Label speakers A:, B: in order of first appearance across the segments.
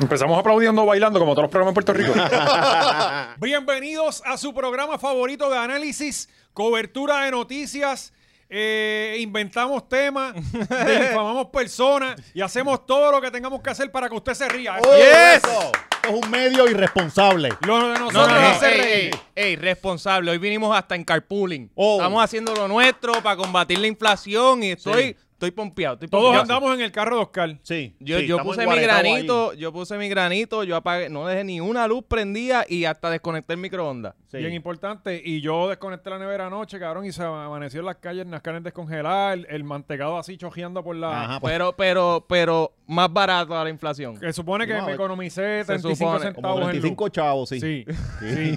A: Empezamos aplaudiendo, bailando, como todos los programas en Puerto Rico.
B: Bienvenidos a su programa favorito de análisis, cobertura de noticias. eh, inventamos temas, difamamos personas y hacemos todo lo que tengamos que hacer para que usted se ría.
C: ¡Oh,
B: Yes.
C: eso! Esto es un medio irresponsable.
B: Lo de
D: No,
B: nosotros
D: no,
B: es
D: eh, no,
B: hacer
D: ey,
B: reír.
D: ey, ey, responsable. Hoy vinimos hasta en carpooling.
C: Oh.
D: Estamos haciendo lo nuestro para combatir la inflación y estoy, estoy pompeado. estoy
B: Todos
D: pompeado.
B: andamos en el carro de Oscar.
C: Sí.
D: Yo,
C: sí,
D: yo
C: estamos
D: puse mi
C: enguaretados ahí.
D: granito, yo puse mi granito, yo apagué, no dejé ni una luz prendida y hasta desconecté el microondas.
C: Sí.
B: Bien importante. Y yo desconecté la nevera anoche, cabrón, y se amaneció en las calles, en las carnes descongeladas, el, el mantecado así chojeando por la...
C: Ajá, pues,
D: Pero, pero, pero, más barato a la inflación.
B: Que supone que
C: No,
B: me
C: eh,
B: economicé
D: se
B: 35
D: supone.
B: centavos
C: como
B: en luz.
C: 35 chavos, sí.
B: Sí.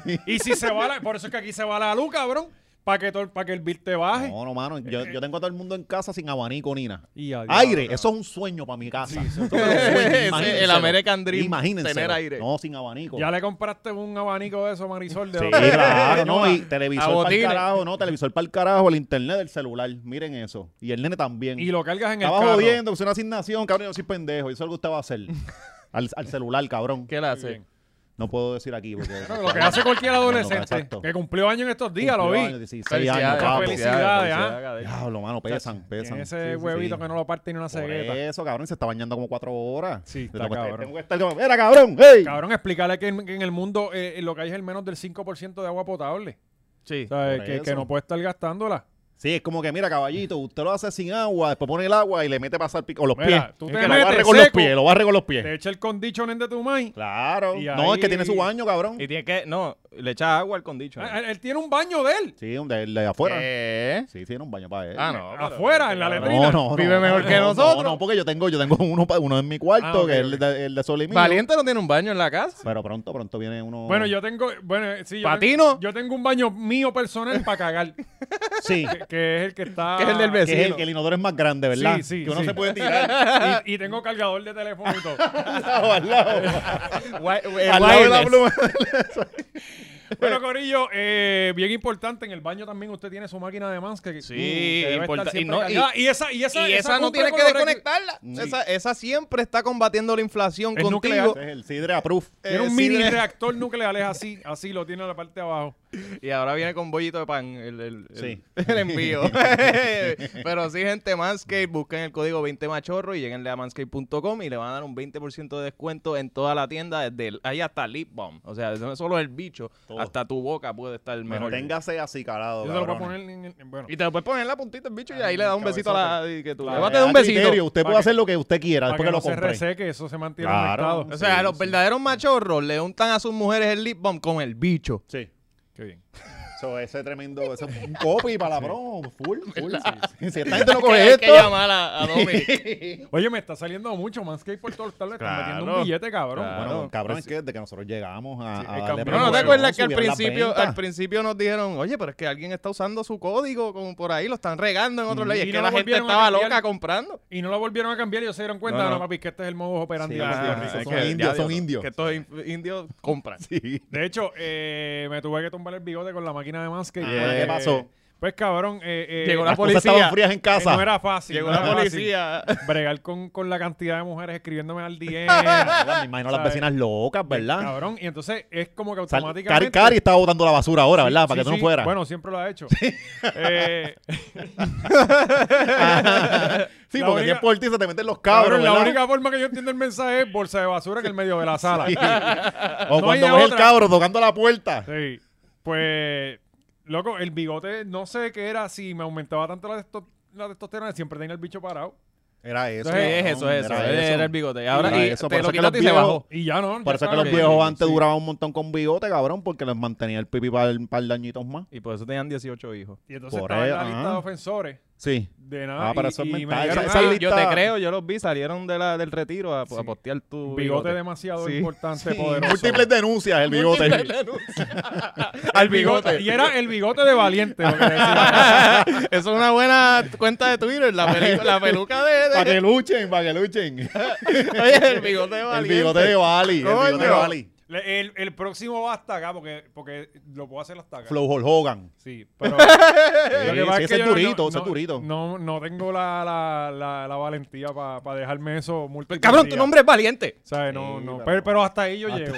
B: sí. Y si se va la, por eso es que aquí se va la luz, cabrón, para que todo, para que el bill te baje.
C: No, no, mano. Yo, yo tengo a todo el mundo en casa sin abanico ni nada.
B: Y adiós.
C: Aire, eso es un sueño para mi casa. Eso es un sueño,
D: Ese es
C: imagínenselo.
D: el American Dream,
C: Imagínenselo.
D: tener aire.
C: No, sin abanico.
B: Ya le compraste un abanico de eso, Marisol. De
C: Sí,
B: dólares.
C: claro, no,
B: Señora.
C: y televisor para el
D: Abotines.
C: carajo, no, televisor para el carajo, el internet, el celular, miren eso. Y el nene también.
B: Y lo cargas en el
C: Estaba
B: carro.
C: jodiendo, que es una asignación, cabrón, yo soy pendejo, y eso es lo que usted va a hacer. Al, al celular, cabrón.
D: ¿Qué le
B: Muy
D: hace?
B: bien.
C: No puedo decir aquí. Porque,
B: Bueno, lo que hace cualquier adolescente
C: Exacto.
B: que cumplió años en estos días, lo
C: Cumplió
B: vi.
C: años, 16 años,
D: Felicidades,
C: cabrón.
B: Felicidades, ¿ah?
D: Gabriel.
C: Diablo, mano, pesan,
B: En
C: pesan.
B: ese
C: Sí, sí,
B: huevito
C: sí.
B: que no lo parte ni una
C: Por
B: cegueta.
C: eso, cabrón, se está bañando como cuatro horas.
B: Sí, está
C: Tengo que-
B: cabrón.
C: Tengo que estar como, ¡Mira, cabrón! ¡Hey!
B: Cabrón, explicarle que en, que en el mundo eh, lo que hay es el menos del 5% de agua potable.
D: Sí.
B: O sea,
C: Por
B: que, que
C: eso.
B: no puede estar gastándola.
C: Sí, es como que, mira, caballito, usted lo hace sin agua, después pone el agua y le mete pasar pico, o los
B: Mira,
C: pies.
B: tú
C: Es
B: te
C: que lo
B: metes
C: barre con los
B: seco.
C: pies, lo barre con los pies.
B: Te echa el conditioner de tu maíz.
C: Claro.
B: Y
C: No, es que
B: ahí-
C: tiene su baño, cabrón.
D: Y tiene que, no, le echa agua al condicho.
B: Ah, Él, él tiene un baño de él.
C: Sí, donde el de afuera.
B: Eh,
D: ¿Qué?
C: Sí, tiene un baño para él.
D: Ah, no. pero-
B: Afuera, en la
D: No,
B: letrina.
D: Vive mejor que
C: no,
D: nosotros.
C: No, no, porque yo tengo, yo tengo uno, pa- uno en mi cuarto,
B: Ah, ok,
C: que es
B: ok.
C: el de, el de Sol y mío.
D: Valiente no tiene un baño en la casa.
C: Pero pronto, pronto viene uno.
B: Bueno, yo tengo. Bueno, eh, sí, yo
D: ¿Patino?
B: tengo- Yo tengo un baño mío personal para cagar.
C: Sí,
B: que, que es el que está.
D: Que es el del
C: que, es el,
D: vecino.
C: que el inodoro es más grande, ¿verdad?
B: Sí, sí,
C: Que uno
B: sí.
C: se puede tirar
B: Y, y tengo cargador de teléfono y todo.
C: al lado, al lado.
D: Guay-
C: Al lado de la
D: wireless.
C: pluma.
B: bueno, Corillo, eh, bien importante, en el baño también usted tiene su máquina de mans que,
D: Sí,
B: mm, que debe estar
D: importa- y
B: siempre
D: no-
B: cargada. y, esa, y esa,
D: y esa, no
B: cumple
D: tiene
B: con
D: que
B: los requ-
D: desconectarla. Esa, esa siempre está combatiendo la inflación
B: Es
D: contigo.
B: nuclear. eh.
C: Ese es el Sidre Aproof.
B: Tiene
D: Eh,
B: un
D: sí,
B: mini
D: de-
B: reactor nuclear, es así, así lo tiene en la parte de abajo.
D: Y ahora viene con bollito de pan el, el- el-
C: Sí.
D: el envío. Pero sí, gente, Manscaped, busquen el código 20machorro y lleguenle a manscaped.com y le van a dar un 20% de descuento en toda la tienda, desde el- ahí hasta Lip Balm. O sea, no es solo el bicho,
C: Todo.
D: hasta tu boca puede estar mejor.
C: Manténgase así calado.
B: Yo se lo voy a
C: cabrones.
B: poner en, en- bueno.
D: Y te lo puedes poner en la puntita el bicho y ahí le da un besito a la... y que tú,
B: Claro.
D: le vas a
C: Eh,
D: dar un
C: a
D: besito.
C: criterio, usted
B: Para
C: puede
B: que-
C: hacer lo que usted quiera
B: para
C: después
B: que
C: que
B: no
C: lo
B: se
C: compre.
B: reseque, eso se mantiene
C: Claro.
B: conectado.
D: O sea,
C: Sí,
D: los
C: sí.
D: verdaderos machorros le untan a sus mujeres el lip balm con el bicho.
C: Sí.
B: Qué bien.
C: Eso, ese tremendo, ese es un copy para la promo, full, full. sí. Si esta gente
D: Hay
C: no
D: que-
C: coge
D: hay que
C: esto,
D: llamar a, a Dominic.
B: Oye, me está saliendo mucho Manscaped por todos lados, le están
C: Claro.
B: metiendo un billete, cabrón.
D: Claro.
C: Bueno, cabrón, es que desde que nosotros llegamos a,
B: Sí,
C: a
B: el
C: darle
B: campeón.
D: No, ¿no te
B: Bueno,
D: acuerdas que al
C: subieron las
D: principio,
C: ventas?
D: al principio nos dijeron, oye, pero es que alguien está usando su código como por ahí, lo están regando en otros lados? Y
B: Y
D: es
B: no
D: que
B: lo
D: la gente
B: volvieron a
D: estaba
B: cambiar.
D: loca comprando.
B: Y no lo volvieron a cambiar y ellos se dieron cuenta,
D: No,
B: no,
D: no.
B: papi, que este es el modo operandi
C: Sí,
B: de
C: ah,
B: Puerto Rico.
C: sí,
D: es
C: son
D: que ya
C: indios, son
D: Dios,
C: indios.
D: Que estos in- indios compran.
C: Sí.
B: De hecho, eh, me tuve que tumbar el bigote con la máquina de Manscaped.
C: Ah,
B: porque-
C: ¿qué pasó?
B: Pues cabrón, eh, eh,
D: Llegó la
C: Las cosas
D: policía.
C: estaban frías en
B: eh,
C: casa.
B: no era fácil.
D: Llegó
B: no
D: la
B: era fácil.
D: policía.
B: Bregar con, con la cantidad de mujeres escribiéndome al DM.
C: Cabrón, Me imagino las
B: ¿sabes?
C: vecinas locas, ¿verdad?
B: cabrón, y entonces es como que
C: Sal-
B: automáticamente...
C: Cari, Cari estaba botando la basura ahora, ¿verdad?
B: Sí,
C: Para que tú no
B: sí,
C: fueras.
B: Bueno, siempre lo ha hecho. Eh,
C: sí,
B: la
C: porque si
B: única-
C: es por ti se te meten los cabros,
B: cabrón, la
C: ¿verdad?
B: única forma que yo entiendo el mensaje es bolsa de basura en el medio de la sala.
C: Sí.
B: No
C: O
B: hay
C: cuando
B: de
C: ves el
B: otra.
C: cabro tocando la puerta.
B: Sí. Pues, loco, el bigote, no sé qué era, si me aumentaba tanto la, testo- la testosterona, siempre tenía el bicho parado.
C: Era eso.
D: Sí, es eso,
C: cabrón,
D: es eso. Era, el bigote. Y Ahora
C: Era
D: y
C: eso, por
D: te
C: eso
D: lo
C: que los
D: quitaste y se
C: viejos-
D: bajó.
B: Y ya no. ya
C: Oh, Por eso es que
B: estaba
C: los
B: bien.
C: viejos antes
B: Sí.
C: duraban un montón con bigote, cabrón, porque les mantenía el pipi para un par de añitos más.
D: Y por eso tenían 18 hijos.
B: Y entonces
C: Por
B: estaba en
C: ahí,
B: la lista
C: ajá.
B: de ofensores.
C: Sí.
B: De nada.
C: Ah, pero
B: y-
C: eso es
B: y me
C: mental.
B: dijeron,
C: Esa- esa
B: "Ah,
C: lista-
D: Yo te creo, yo los vi, salieron de la, del retiro a, a postear tu
B: bigote, demasiado
D: Sí.
B: importante,
C: Sí,
B: poderoso.
C: Múltiples denuncias, el bigote.
D: Al
B: Y era el bigote de valiente. lo que decía.
D: Eso es una buena cuenta de Twitter, la, pelu- la peluca de... de-
C: para que luchen, para que luchen.
D: Oye, el bigote de
C: el
D: valiente.
C: bigote de Bali. El bigote de
D: Coño.
C: Bali.
B: Le- El, el próximo va hasta acá porque, porque lo puedo hacer hasta acá.
C: Flow Hulk Hogan.
B: Sí, pero.
C: Sí, sí, ese es
B: yo no-
C: durito,
B: no,
C: ese es durito.
B: No, no tengo la, la, la, la valentía para dejarme eso múltiples
D: Cabrón,
B: días.
D: tu nombre es valiente.
B: ¿Sabes? No,
C: Sí,
B: no.
C: pero-
B: Pero, pero hasta ahí yo llego.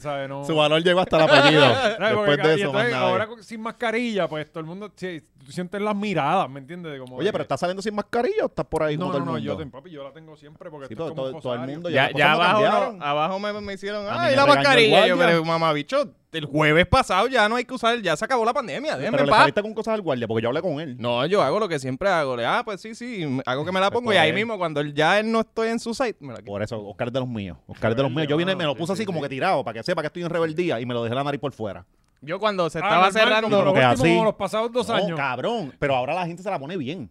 B: ¿Sabes? No.
C: Su valor llegó hasta el apellido.
B: ¿Sabes? Porque
C: Después de
B: y
C: eso, más
B: entonces,
C: nada.
B: ahora con- sin mascarilla, pues todo el mundo. sí, tú sientes las miradas, ¿me entiendes? De como
C: Oye,
B: de
C: pero
B: que-
C: ¿estás saliendo sin mascarilla o estás por ahí
B: No, no,
C: como todo el
B: no,
C: mundo?
B: yo, te- papi, yo la tengo siempre porque
C: Sí,
B: esto es
C: pero
B: como
C: todo,
B: un
C: todo el
B: rosario.
C: mundo
D: Ya,
C: las
D: ya
C: cosas no
D: abajo,
C: cambiaron.
D: no, Ah, abajo me, me hicieron,
C: A mí
D: ay,
C: me
D: la
C: regañó el
D: mascarilla. Yo,
C: guardia.
D: pero mamabicho, el jueves pasado ya no hay que usar, ya se acabó la pandemia, déjenme
C: Pero
D: en
C: le
D: paz.
C: saliste con cosas al guardia porque yo hablé con él.
D: No, yo hago lo que siempre hago, le, ah, pues sí, sí, m- hago que me la
C: Pues
D: pongo y ahí
C: por ahí.
D: mismo cuando él- ya él no estoy en su site, me la quito.
C: Por eso, Oscar es de los míos. Oscar es de los míos. Yo vine y me lo puse así como que tirado para que sepa que estoy en rebeldía y me lo dejé la nariz por fuera.
D: Yo cuando se
B: Ah,
D: estaba
B: normal,
D: cerrando...
B: Como los,
C: Como que
B: últimos,
C: así.
B: los pasados dos
C: No,
B: años.
C: cabrón. Pero ahora la gente se la pone bien.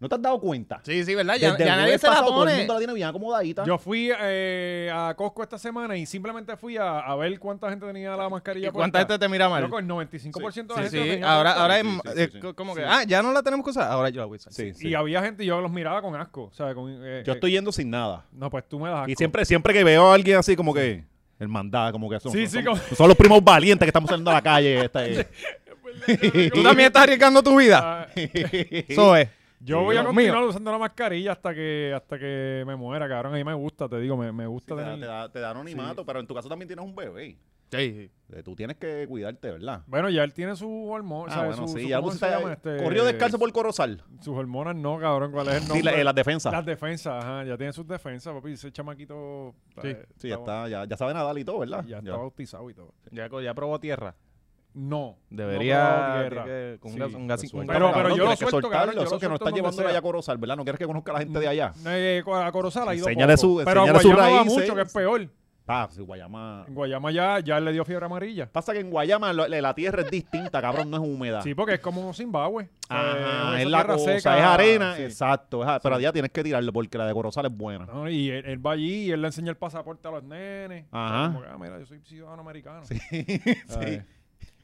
C: ¿No te has dado cuenta?
D: Sí, sí, ¿verdad? Ya,
C: Desde
D: ya
C: el
D: nadie
C: jueves
D: se la
C: pasado, Todo el
D: pone.
C: mundo la tiene bien acomodadita.
B: Yo fui eh, a Costco esta semana y simplemente fui a, a ver cuánta gente tenía la mascarilla.
D: ¿Y cuánta
B: puesta.
D: gente te mira mal?
B: Loco, el 95% de la gente
D: Sí,
B: la
D: sí,
B: tenía
D: ahora,
B: puesta.
D: ahora
C: Sí,
D: es
C: sí, sí,
D: es
C: sí.
D: co- como que,
C: Sí.
D: ah, ya no la tenemos que usar, ahora yo la voy a usar.
C: Sí, sí.
B: Y había gente y yo los miraba con asco. O sea, con, eh,
C: Yo
B: eh,
C: estoy yendo sin nada.
B: No, pues tú me das asco.
C: Y siempre, siempre que veo a alguien así como que hermandad, como que son,
B: Sí,
C: son,
B: sí,
C: son-
B: como-
C: son los primos valientes que estamos saliendo a la calle. este.
D: Tú también estás arriesgando tu vida.
B: Ah,
D: Eso es.
B: yo
D: Sí,
B: voy a
D: Dios
B: continuar usando la mascarilla hasta que hasta que me muera, cabrón. A mí me gusta, te digo, me, me
C: Sí, te,
B: gusta
C: da,
B: tener-
C: te da- te da anonimato, pero en tu caso también tienes un bebé.
D: Sí,
C: Eh, Tú tienes que cuidarte, ¿verdad?
B: Bueno, ya él tiene su hormona.
C: Ah,
B: ¿sabes?
C: bueno,
B: Su-
C: sí,
B: su-
C: ya lo
B: ¿cómo
C: pusiste
B: se
C: ahí.
B: llama? Este,
C: Corrió descalzo por Corozal.
B: Sus hormonas no, cabrón. ¿Cuál es el nombre?
C: Sí, la- eh, las defensas.
B: Las defensas, ajá. Ya tiene sus defensas, papi. Ese chamaquito. eh,
C: Sí, ya está, ya, ya sabe nadar y todo, ¿verdad?
B: Ya está
C: Ya.
B: bautizado y todo.
D: Ya, co- ya probó tierra.
B: No.
D: Debería.
B: no probó
D: tiene
B: tierra.
D: que- con un
B: Sí.
D: gas- un gas-
C: Pues
D: un
C: suelta,
D: gas-
B: Pero-
D: cabrón,
B: pero yo
D: tienes
B: lo
C: tienes que
B: suelto,
C: soltarlo,
B: cabrón, yo
C: eso
B: lo
C: que no
B: suelto
C: está
B: donde
C: llevando
B: sea.
C: allá a Corozal, ¿verdad? No quieres que conozca a la gente de allá.
B: Eh, a Corozal ha ido
C: Enséñale
B: poco.
C: su- eh.
B: pero a
C: enséñale sus
B: Guayama va
C: raíces.
B: mucho, que es peor.
C: Ah, sí, Guayama.
B: En Guayama ya, ya le dio fiebre amarilla.
C: Pasa que en Guayama lo- la tierra es distinta, cabrón, no es húmeda.
B: Sí, porque es como Zimbabue.
C: Ah. Ajá,
B: Eh,
C: es
B: esa
C: la
B: tierra
C: cosa,
B: seca.
C: es arena,
B: Sí.
C: exacto. es a- pero allá tienes que tirarlo porque la de Corozal es buena.
B: No, y él, él va allí y él le enseña el pasaporte a los nenes.
C: Ajá.
B: Como que, ah, mira, yo soy ciudadano americano. Ay.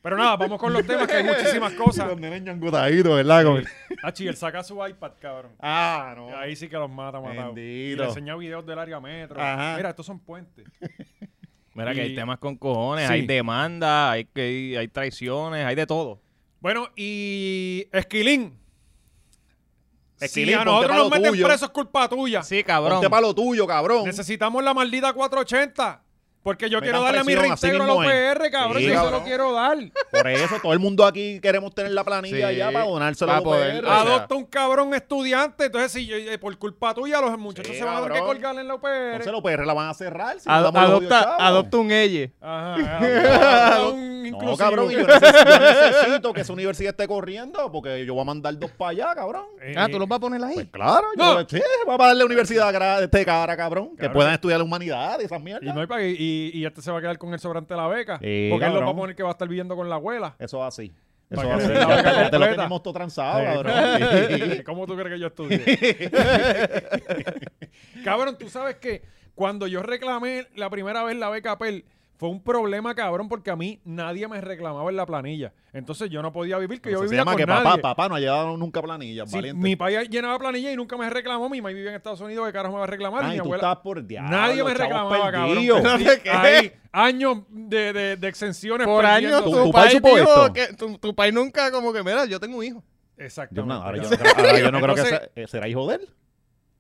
B: Pero nada, vamos con los temas que hay muchísimas cosas.
C: nenes ñangotaditos, ¿verdad? Como-
B: Achi, él saca su iPad, cabrón.
C: Ah, no.
B: Ahí sí que los mata, matado. Y
C: Bendito.
B: le enseña videos del área metro.
C: Ajá.
B: Mira, estos son puentes.
D: Mira que
B: Y-
D: hay temas con cojones,
B: Sí.
D: hay demanda, hay, que, hay, traiciones, hay de todo.
B: Bueno, y Esquilín.
C: Esquilín,
B: si a
C: ponte
B: nosotros
C: palo
B: nos meten
C: tuyo.
B: preso es culpa tuya.
D: Sí, cabrón.
C: Ponte para lo tuyo, cabrón.
B: Necesitamos la maldita 480. Porque yo
C: Metan
B: quiero darle mi
C: presión, así
B: reintegro a los
C: mismo es.
B: PR, cabrón. yo
C: Sí,
B: se lo
C: cabrón.
B: quiero dar.
C: Por eso todo el mundo aquí queremos tener la planilla
D: Sí.
C: ya para donárselo
D: Pa'
C: a los
D: poder-
C: PR.
D: Ah,
B: Adopta un cabrón estudiante. Entonces, si yo- eh, por culpa tuya, los muchachos
C: Sí,
B: se van a tener que
C: cabrón.
B: colgar en la
C: Entonces
B: UPR.
C: los PR la van a cerrar. Si no
D: Ad-
C: damos los jodidos
D: adopta,
C: chavos.
D: adopta un elle.
B: Ajá, ajá. Adopta un
C: No,
B: inclusivo.
C: cabrón, y yo necesito, yo necesito que esa universidad esté corriendo porque yo voy a mandar dos para allá, cabrón.
B: Eh,
D: Ah, tú los vas a poner ahí.
C: Pues claro,
B: No.
C: yo sí, vamos a darle universidad gra- este cara, cabrón. Que
B: Cabrón.
C: puedan estudiar la humanidad y esas
B: y,
C: mierdas.
B: no hay pa- y- y- y este se va a quedar con el sobrante de la beca.
C: Sí,
B: porque él lo va a
C: cabrón.
B: poner que va a estar viviendo con la abuela.
C: Eso es así. Eso
B: Para
C: es
B: que
C: así.
B: se
C: Ya,
B: la haga
C: ya te lo
B: completa.
C: tenemos todo
B: Sí,
C: transado, cabrón.
B: cabrón. ¿Cómo tú crees que yo estudié? cabrón, tú sabes que cuando yo reclamé la primera vez la beca PEL, fue un problema, cabrón, porque a mí nadie me reclamaba en la planilla. Entonces yo no podía vivir, que yo
C: Eso se
B: vivía
C: llama
B: con
C: que
B: nadie.
C: papá, papá no ha llevado nunca planilla,
B: Sí,
C: valiente.
B: mi papá llenaba planilla y nunca me reclamó. Mi mamá vivía en Estados Unidos, ¿qué carajo me va a reclamar? y
C: Ay,
B: mi
C: tú
B: abuela...
C: estás por diablo.
B: Nadie me
C: chavos
B: reclamaba, cabrón.
C: perdidos.
D: No sé qué.
B: Ahí, años de, de- de exenciones
D: Por años
B: perdiendo.
D: tu,
C: ¿Tu- tu
D: país
C: país supo
D: dijo
C: esto?
D: que tu, tu país nunca como que, mira, yo tengo un hijo.
C: Yo
B: Exactamente.
C: no, ahora, yo,
B: cabrón.
C: ahora yo no creo que
B: Entonces-
C: sea- eh, será hijo de él.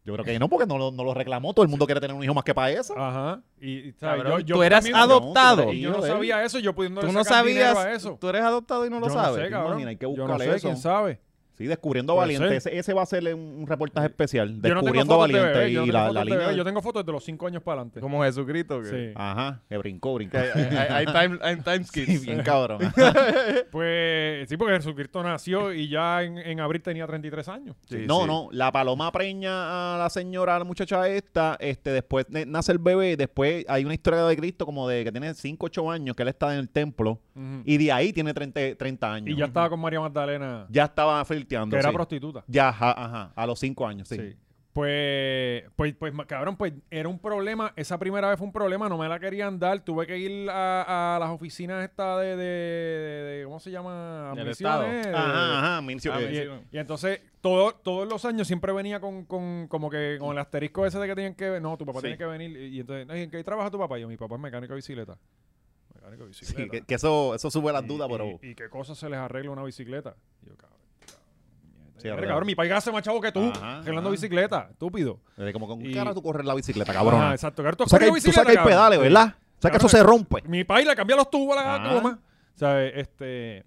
C: Yo creo que no, porque no lo, no lo reclamó. Todo el mundo quiere tener un hijo más que para eso.
B: Ajá. Y, y, ¿sabes?
D: Cabrón,
B: yo, yo
D: tú eras
B: también-
D: adoptado.
B: Y yo no sabía eso, yo pudiendo
D: Tú no sabías, tú eres adoptado y no lo
B: Yo
D: sabes.
B: No sé,
C: ¿Te
B: cabrón.
C: imaginas? Hay que
B: Yo no
C: buscarle
B: sé,
C: eso.
B: quién sabe.
C: Sí, Descubriendo
B: Puede
C: Valiente.
B: ser.
C: Ese, ese va a ser un un reportaje especial.
B: Yo no tengo
C: Descubriendo
B: fotos de
C: Valiente
B: bebé, yo no
C: y
B: tengo
C: la,
B: fotos
C: la
B: de
C: línea.
B: bebé, Yo tengo fotos de los 5 años para adelante.
D: Como Jesucristo. Que...
B: Sí.
C: Ajá, que brincó, brincó.
D: Hay, hay- hay time, hay
C: Sí,
D: time skips.
C: bien cabrón.
B: Pues sí, porque Jesucristo nació y ya en, en abril tenía 33 años.
D: Sí,
C: no,
D: sí.
C: no, la paloma preña a la señora, a la muchacha esta, este, después ne- nace el bebé, después hay una historia de Cristo como de que tiene 5, 8 años, que él está en el templo,
B: Ujú.
C: y de ahí tiene 30, 30 años.
B: Y ya estaba con María Magdalena,
C: Ya estaba flirteando.
B: que era
C: sí.
B: prostituta.
C: Ya, ajá, ajá, a los 5 años, sí.
B: Sí. Pues, pues, pues, ma- cabrón, pues era un problema. Esa primera vez fue un problema, no me la querían dar. Tuve que ir a, a las oficinas esta de, de, de- de- ¿cómo se llama?
D: Del
B: Admisiones, de-
C: Ajá, ajá, mencio-
D: Ah,
C: eh,
D: mencio-
B: Y, y entonces, todo- todos los años siempre venía con, con- como que con el asterisco ese de que tenían que No, tu papá
C: Sí.
B: tiene que venir. Y, y entonces, "Ay, ¿en qué trabaja tu papá? Y yo, mi papá es mecánico de bicicleta. mecánico de
C: Sí,
B: bicicleta.
C: que, que eso, eso sube las
B: Y-
C: dudas,
B: y-
C: pero.
B: ¿Y qué cosas se les arregla a una bicicleta? Y Yo, cabrón.
C: sí,
B: Mira,
C: arregla.
B: cabrón, mi país hace más chavo que tú,
C: Ajá,
B: arreglando
C: ajá.
B: bicicleta, estúpido.
C: Desde como con
B: y-
C: cara tú corres la bicicleta, cabrón.
B: Ajá, exacto. Cabrón, tú
C: Tú
B: has
C: sabes que
B: corrido
C: hay- tú sabes que hay
B: bicicleta, cabrón.
C: pedales, ¿verdad? O sea que
B: Cabrón,
C: eso se rompe.
B: Mi país le cambia los tubos a la
C: Ajá.
B: goma. ¿Sabes? Este.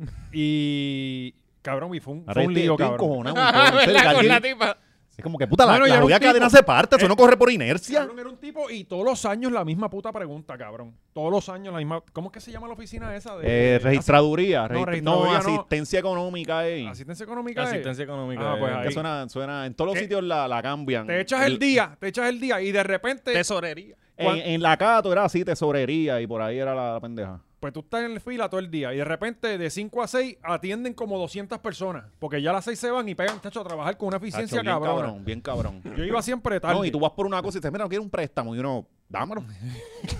B: Y. Cabrón, y fue un, fue un
C: Estoy-
B: lío,
C: estoy
B: cabrón.
C: este encojonado, este cabrón, en serio, Carlín.
D: tipa.
C: Es como que puta, la,
B: Bueno, ya
C: la
B: era un
C: jodida
B: tipo.
C: cadena se parte, eso
B: Eh,
C: no corre por inercia.
B: Cabrón, era un tipo y todos los años la misma puta pregunta, cabrón. Todos los años la misma. ¿Cómo es que se llama la oficina esa? De,
C: Eh, registraduría,
B: No,
C: registr- no,
B: registraduría no.
C: asistencia económica. eh.
B: Asi- Asistencia económica. eh.
D: Asistencia económica.
B: Ah, pues
D: eh,
B: ahí.
C: Que suena, suena, en todos los
B: ¿Qué?
C: sitios la, la cambian.
B: Te echas el día, te echas el día y de repente.
D: Tesorería.
C: En, en la Cato era así, tesorería, y por ahí era la, la pendeja.
B: Pues tú estás en fila todo el día y de repente de 5 a 6 atienden como 200 personas. Porque ya a las 6 se van y pegan, chacho, a trabajar con una eficiencia
C: Tacho, bien
B: cabrona.
C: cabrón, bien cabrón.
B: Yo iba siempre tarde.
C: No, y tú vas por una cosa y dices, mira, no quiero un préstamo. Y uno, dámelo.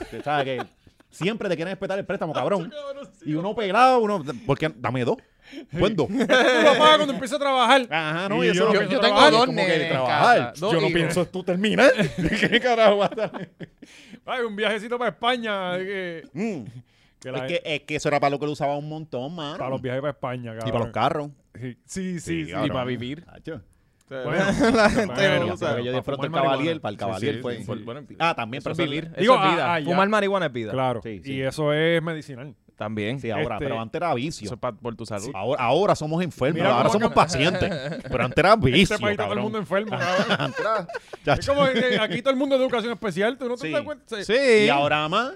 C: Tú sabes que siempre te quieren respetar el préstamo, cabrón. Y uno pelado, uno, porque dame dos. Buen dos.
B: Tú lo pagas cuando empiezas a trabajar.
C: Ajá,
B: Y
C: no, y eso
B: yo-
C: es lo
B: yo-
C: que
B: yo tengo
C: es trabajar,
D: dos
C: es como que
D: nenes en
C: trabajar.
D: casa, dos
C: yo no
D: hijos.
C: pienso es tú terminas. ¿Qué carajo vas a hacer?
B: Ay, un viajecito para España. Que,
C: Mm.
B: que
C: Es
B: la-
C: que, es que eso era para lo que lo usaba un montón, mano.
B: Para los viajes para España, cabrón.
C: y para los carros.
B: Sí, sí, sí.
C: Sí,
B: sí.
C: cabrón.
D: Y para vivir.
C: Tacho.
B: Bueno,
D: la gente
B: bueno,
D: no usa.
C: Porque yo
B: para
C: disfruto
B: fumar
C: el
B: marihuana.
C: Cavalier, para el
D: Sí,
C: Cavalier
D: sí,
C: fue.
D: sí, sí. Bueno,
C: Ah, también,
D: Eso
C: pero
D: es
C: sí.
D: vivir.
B: Digo,
D: eso es
B: ah,
D: vida.
B: ah, ya.
D: Fumar marihuana es vida.
B: Claro.
C: Sí, sí.
B: Y eso es medicinal.
D: También.
C: Sí, Ah, ahora,
B: Este-
C: pero antes era vicio.
D: Eso es pa- por tu salud.
C: Ahora, ahora somos enfermos,
B: Mira
C: ahora
B: cómo
C: somos pacientes. Pero antes era vicio,
B: Este país está todo el mundo
C: cabrón.
B: enfermo, cabrón.
C: Antes era-
B: Es
C: Chacho.
B: como que aquí todo el mundo de educación especial, tú no te
C: Sí.
B: das cuenta. Sí.
C: Y ahora más,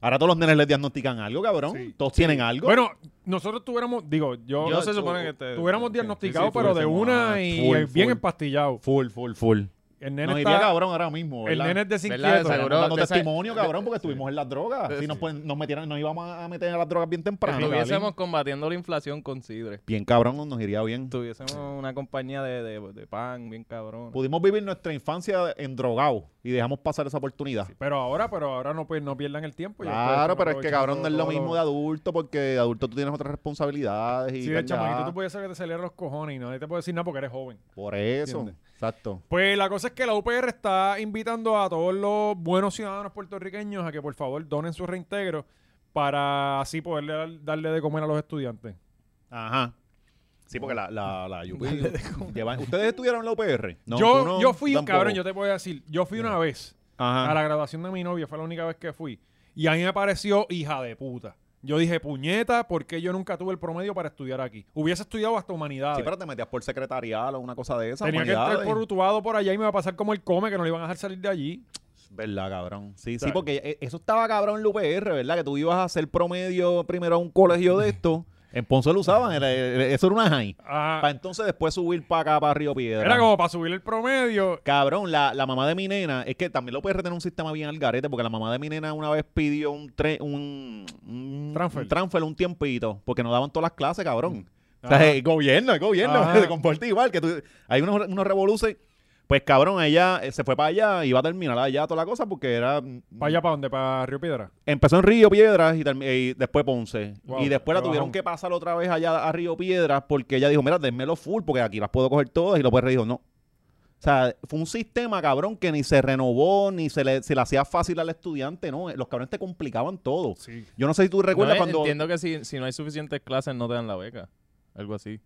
C: ahora todos los nenes les diagnostican algo, cabrón.
B: Sí.
C: Todos tienen algo.
B: Bueno, nosotros tuviéramos, digo, yo,
D: Yo se supone que te-
B: este, tuviéramos
D: que-
B: diagnosticado,
D: sí, sí,
B: pero de
D: tuviésemos,
B: una
D: ah,
B: y
C: full,
B: eh, bien
C: full.
B: empastillado.
C: full, full, full.
B: El
C: Nos
B: nene
C: iría
B: está,
C: cabrón ahora mismo,
B: el
C: ¿verdad?
B: nene es
D: ¿Verdad?
B: desinquieto.
D: De seguro.
C: Estaremos dando
D: de esa-
C: testimonio,
D: de-
C: cabrón, porque estuvimos en las drogas.
D: Sí,
C: Si nos,
D: sí.
C: ponen- nos metieran, nos íbamos a meter en las drogas
B: Pues
C: bien temprano.
D: Estuviésemos
C: Gabriel.
D: combatiendo la inflación con sidre.
C: Bien cabrón, nos iría bien.
D: Tuviésemos una compañía de, de, de pan bien cabrón.
C: Pudimos vivir nuestra infancia en drogado y dejamos pasar esa oportunidad.
B: Pero ahora, pero ahora no, pues, no pierdan el tiempo. ya
C: claro,
B: ustedes
C: pero es
B: están
C: que cabrón no es lo
B: aprovechando
C: mismo de
B: todo
C: adulto, porque de adulto tú tienes otras responsabilidades y
B: Sí, de
C: cargas.
B: chamaquito tú puedes ser que te salieran los cojones y nadie te puede decir nada porque eres joven.
C: Por eso,
B: ¿Entiendes?
C: exacto.
B: Pues la cosa es que la UPR está invitando a todos los buenos ciudadanos puertorriqueños a que por favor donen su reintegro para así poderle dar- darle de comer a los estudiantes.
C: Ajá. Sí, porque la, la, la UP lleva- ¿Ustedes estuvieron en la UPR? No,
B: yo,
C: tú no,
B: yo fui,
C: tú tampoco.
B: cabrón, yo te puedo decir, yo fui una vez
C: Ajá.
B: a la graduación de mi novia, fue la única vez que fui, y a mí me pareció hija de puta. Yo dije, puñeta, porque yo nunca tuve el promedio para estudiar aquí? Hubiese estudiado hasta humanidades.
C: Sí, pero te metías por secretarial o una cosa de esas.
B: Tenía que
C: humanidades.
B: entrar por Utuado por allá y me va a pasar como el come, que no le iban a dejar salir de allí.
C: ¿Verdad, cabrón? Sí, sí,
B: ¿Sabes?
C: porque e- eso estaba cabrón en la UPR, ¿verdad? Que tú ibas a hacer promedio primero a un colegio de esto. En Ponce lo usaban, era- era- eso era una high.
B: Ah,
C: Para entonces después subir para acá, para Río Piedra.
B: era como para subir el promedio.
C: Cabrón, la, la mamá de mi nena, es que también lo puedes retener un sistema bien al garete, porque la mamá de mi nena una vez pidió un, tre- un, un
B: Transfer. Mm.
C: un transfer un tiempito, porque no daban todas las clases, cabrón. O
B: Ajá.
C: sea, el gobierno, el gobierno,
B: Ajá.
C: se comporta igual, que tú- hay unos, unos revoluces. Pues cabrón, ella eh, se fue para allá, iba a terminar allá toda la cosa, porque era...
B: ¿Para allá para dónde? ¿Para Río Piedra?
C: Empezó en Río Piedras y, termi- y después Ponce.
B: Wow,
C: y después la
B: qué
C: tuvieron
B: bajón.
C: que pasar otra vez allá a Río Piedras porque ella dijo, mira, denmelo full porque aquí las puedo coger todas. Y lo dijo, no. O sea, fue un sistema, cabrón, que ni se renovó, ni se le, se le hacía fácil al estudiante, ¿no? Los cabrones te complicaban todo.
B: Sí.
C: Yo no sé si tú recuerdas
D: No,
C: cuando...
D: Entiendo que si, si no hay suficientes clases no te dan la beca. Algo así.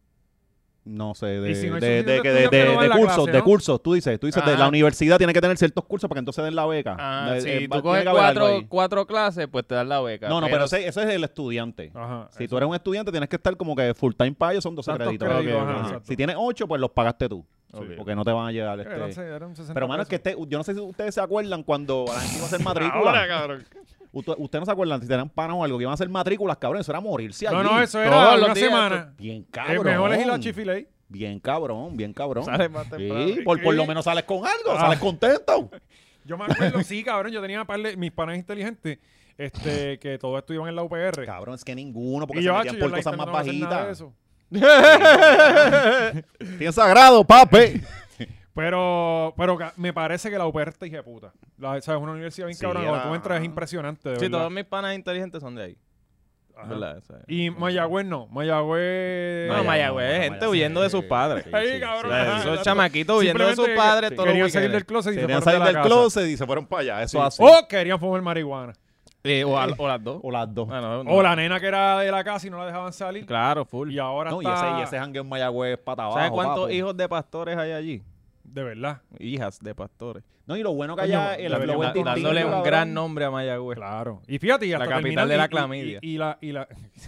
C: No sé, de,
B: Y si no hay
C: de, de,
B: suficiente
C: que- de-
B: estudiante,
C: de-
B: no
C: de
B: dan la
C: cursos,
B: clase,
C: de
B: ¿no?
C: cursos, tú dices. Tú dices, de
D: Ah.
C: la universidad tiene que tener ciertos cursos para que entonces den la beca.
D: Ah,
C: Eh,
D: si
C: eh, va-
D: tú
C: tiene
D: coges
C: que haber algo
D: cuatro,
C: ahí.
D: cuatro clases, pues te dan la beca.
C: No, no, pero ese, ese es el estudiante.
B: Ajá.
C: Si
B: eso.
C: tú eres un estudiante, tienes que estar como que full time para ellos, son 12
B: Tantos
C: créditos.
B: créditos,
C: Ok,
B: ajá,
C: ajá.
B: exacto.
C: Si tienes 8, pues los pagaste tú.
D: Ok.
C: Porque no te van a llegar
B: Eh, eran
C: este.
B: se- eran 60
C: Pero, mano, es que
B: pesos.
C: este, yo no sé si ustedes se acuerdan cuando la gente iba a hacer
D: Ahora,
C: matrícula.
D: cabrón.
C: Ustedes no se acuerdan si tenían panas o algo que iban a hacer matrículas, cabrón. Eso era morirse
B: No,
C: allí.
B: no, eso
D: Todos
B: era
D: los
B: una
D: días,
B: semana. Eh,
C: Bien
B: El
C: cabrón.
B: mejor es ir a Chifiley.
C: Bien cabrón, bien cabrón.
D: Sales más temprano.
C: Sí, por, por lo menos sales con algo,
B: Ah.
C: sales contento.
B: Yo me acuerdo, sí, cabrón, yo tenía par de- mis panas inteligentes este, que todos estudiaban en la UPR.
C: Cabrón, es que ninguno, porque
B: y
C: se
B: yo,
C: metían
B: "Acho, yo
C: por
B: en la
C: cosas
B: interna no
C: más
B: voy a hacer nada de eso".
C: bajitas. Bien sagrado, papi.
B: Pero, pero ca- me parece que la UPR está hija de puta. La, ¿sabes? Una universidad bien
C: Sí, ah.
B: cabrona. Cuando tú
C: era-
B: entras es impresionante, de
D: Sí,
B: verdad.
D: todos mis panas inteligentes son de ahí.
B: Ajá.
D: ¿Verdad? O sea,
B: Y Mayagüez no. Mayagüez...
D: No,
C: Mayagüez,
D: Mayagüez,
C: no,
D: gente
C: Mayagüez.
D: huyendo de sus padres.
B: Ahí,
C: sí,
D: O
B: cabrón.
D: sea,
B: ajá,
D: esos
B: exacto.
D: chamaquitos huyendo de sus
B: Simplemente
D: padres todos los
B: Querían salir del
D: weekends.
B: closet y se fueron
C: Querían
B: de
C: salir
B: la
C: del
B: casa.
C: closet y se fueron para allá. Eso
B: Sí. ¡Oh!
C: hace.
B: O querían fumar marihuana.
D: Eh, o, al- o las dos.
C: O las dos.
D: Ah, no, no.
B: O la nena que era de la casa y no la dejaban salir.
D: Claro, full.
B: Y ahora
C: No, y
B: está...
C: ese, y ese jangueo en Mayagüez pata abajo.
D: ¿Sabes cuántos
C: papo.
D: hijos de pastores hay allí?
B: De verdad.
D: Hijas de pastores.
C: No, y lo bueno que
B: Coño,
C: allá el,
B: deberían
C: lo buen
D: Da-
B: distinto,
D: dándole un
C: cabrón.
D: gran nombre a Mayagüez.
B: Claro. Y fíjate, y hasta
D: capital
B: terminar-
D: de la
B: y- y-
D: clamidia.
B: Y, y la, y la,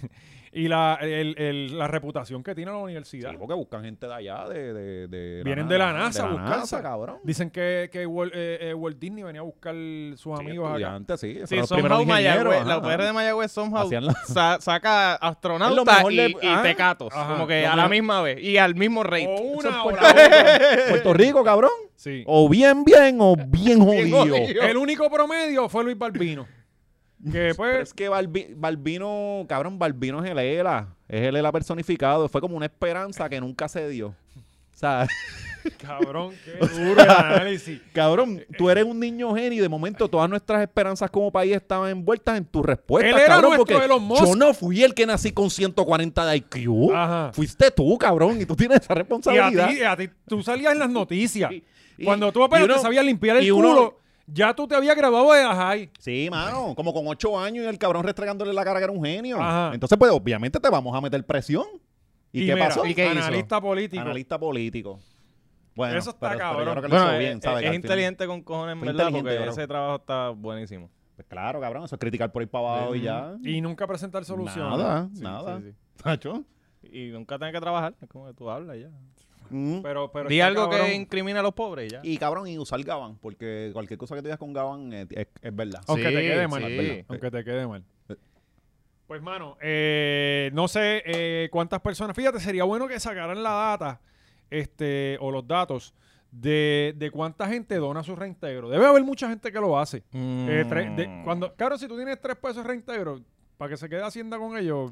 B: y la, el- el- la reputación que tiene la universidad.
C: Sí, porque buscan gente de allá, de, de, de
B: Vienen de la NASA,
C: de la
B: buscarse.
C: NASA, cabrón.
B: Dicen que, que Walt, eh, eh, Walt Disney venía a buscar sus amigos acá.
C: estudiantes, sí.
D: Sí,
C: fueron los primeros
D: somehow
C: ingenieros,
D: Mayagüez,
C: ajá,
D: la
C: ajá.
D: UPR de Mayagüez somehow
C: Hacían la-
D: sa- saca
C: Es lo
D: astronautas
C: mejor
D: y,
C: le-
D: y
C: ajá.
D: tecatos.
B: Ajá.
D: Como que
B: Lo
D: a la
B: mejor- Oh.
D: misma vez y al mismo rate.
B: O
D: Eso es
B: una o
D: por-
B: la otra.
C: Puerto Rico, cabrón.
B: Sí.
C: O bien, bien, o bien
D: Bien
C: jodido.
D: jodido.
B: El único promedio fue Luis Balbino. que
C: Pero
B: pues...
C: es que Balbi- Balbino, cabrón, Balbino es el ELA. Es el ELA personificado. Fue como una esperanza que nunca se dio. O sea,
B: Cabrón, qué duro el análisis.
C: cabrón,
B: Eh,
C: tú eres un niño genio y de momento todas nuestras esperanzas como país estaban envueltas en tu respuesta.
B: Él era
C: cabrón,
B: nuestro
C: porque
B: Elon Musk.
C: Yo no fui el que nací con 140 de IQ.
B: Ajá.
C: Fuiste tú, cabrón, y tú tienes
B: Y
C: esa
B: a
C: responsabilidad.
B: ti, a ti- tú salías en las noticias.
C: y-
B: Cuando tú apenas
C: y uno-
B: te sabías limpiar el
C: y uno-
B: culo, ya tú te habías grabado de la high.
C: Sí, mano, como con ocho años y el cabrón restregándole la cara que era un genio.
B: Ajá.
C: Entonces, pues, obviamente te vamos a meter presión. ¿Y, qué
B: mira,
C: pasó?
D: ¿Y qué hizo?
B: analista político.
C: Analista político. Bueno,
B: Eso está cabrón. eh,
C: yo creo que lo
D: Bueno,
C: hizo
D: es,
C: bien, ¿sabes?
D: es
C: Al final.
D: inteligente con cojones, en
C: Fue
D: ¿verdad? Porque
C: inteligente, cabrón.
D: ese trabajo está buenísimo.
C: Pues claro, cabrón, eso es criticar por ir para abajo y ya.
B: Y nunca presentar solución.
C: Nada,
D: Sí,
C: nada.
D: sí,
C: Tacho.
D: sí. Y nunca tenés que trabajar. Es como que tú hablas y ya.
C: Mm.
B: Pero, pero
D: Di
B: está
D: algo
B: cabrón.
D: que incrimina a los pobres y ya.
C: Y cabrón, y usar Gaban, porque cualquier cosa que tú digas con Gaban es, es- es verdad.
B: Aunque
D: Sí,
B: te quede mal.
D: sí.
B: ¿verdad? Aunque te quede mal. Pues, mano, eh, no sé eh, cuántas personas. Fíjate, sería bueno que sacaran la data este, o los datos de, de cuánta gente dona su reintegro. Debe haber mucha gente que lo hace.
C: Mm.
B: Eh, tres- de- cuando, claro, si tú tienes tres pesos de reintegro, para que se quede Hacienda con ellos,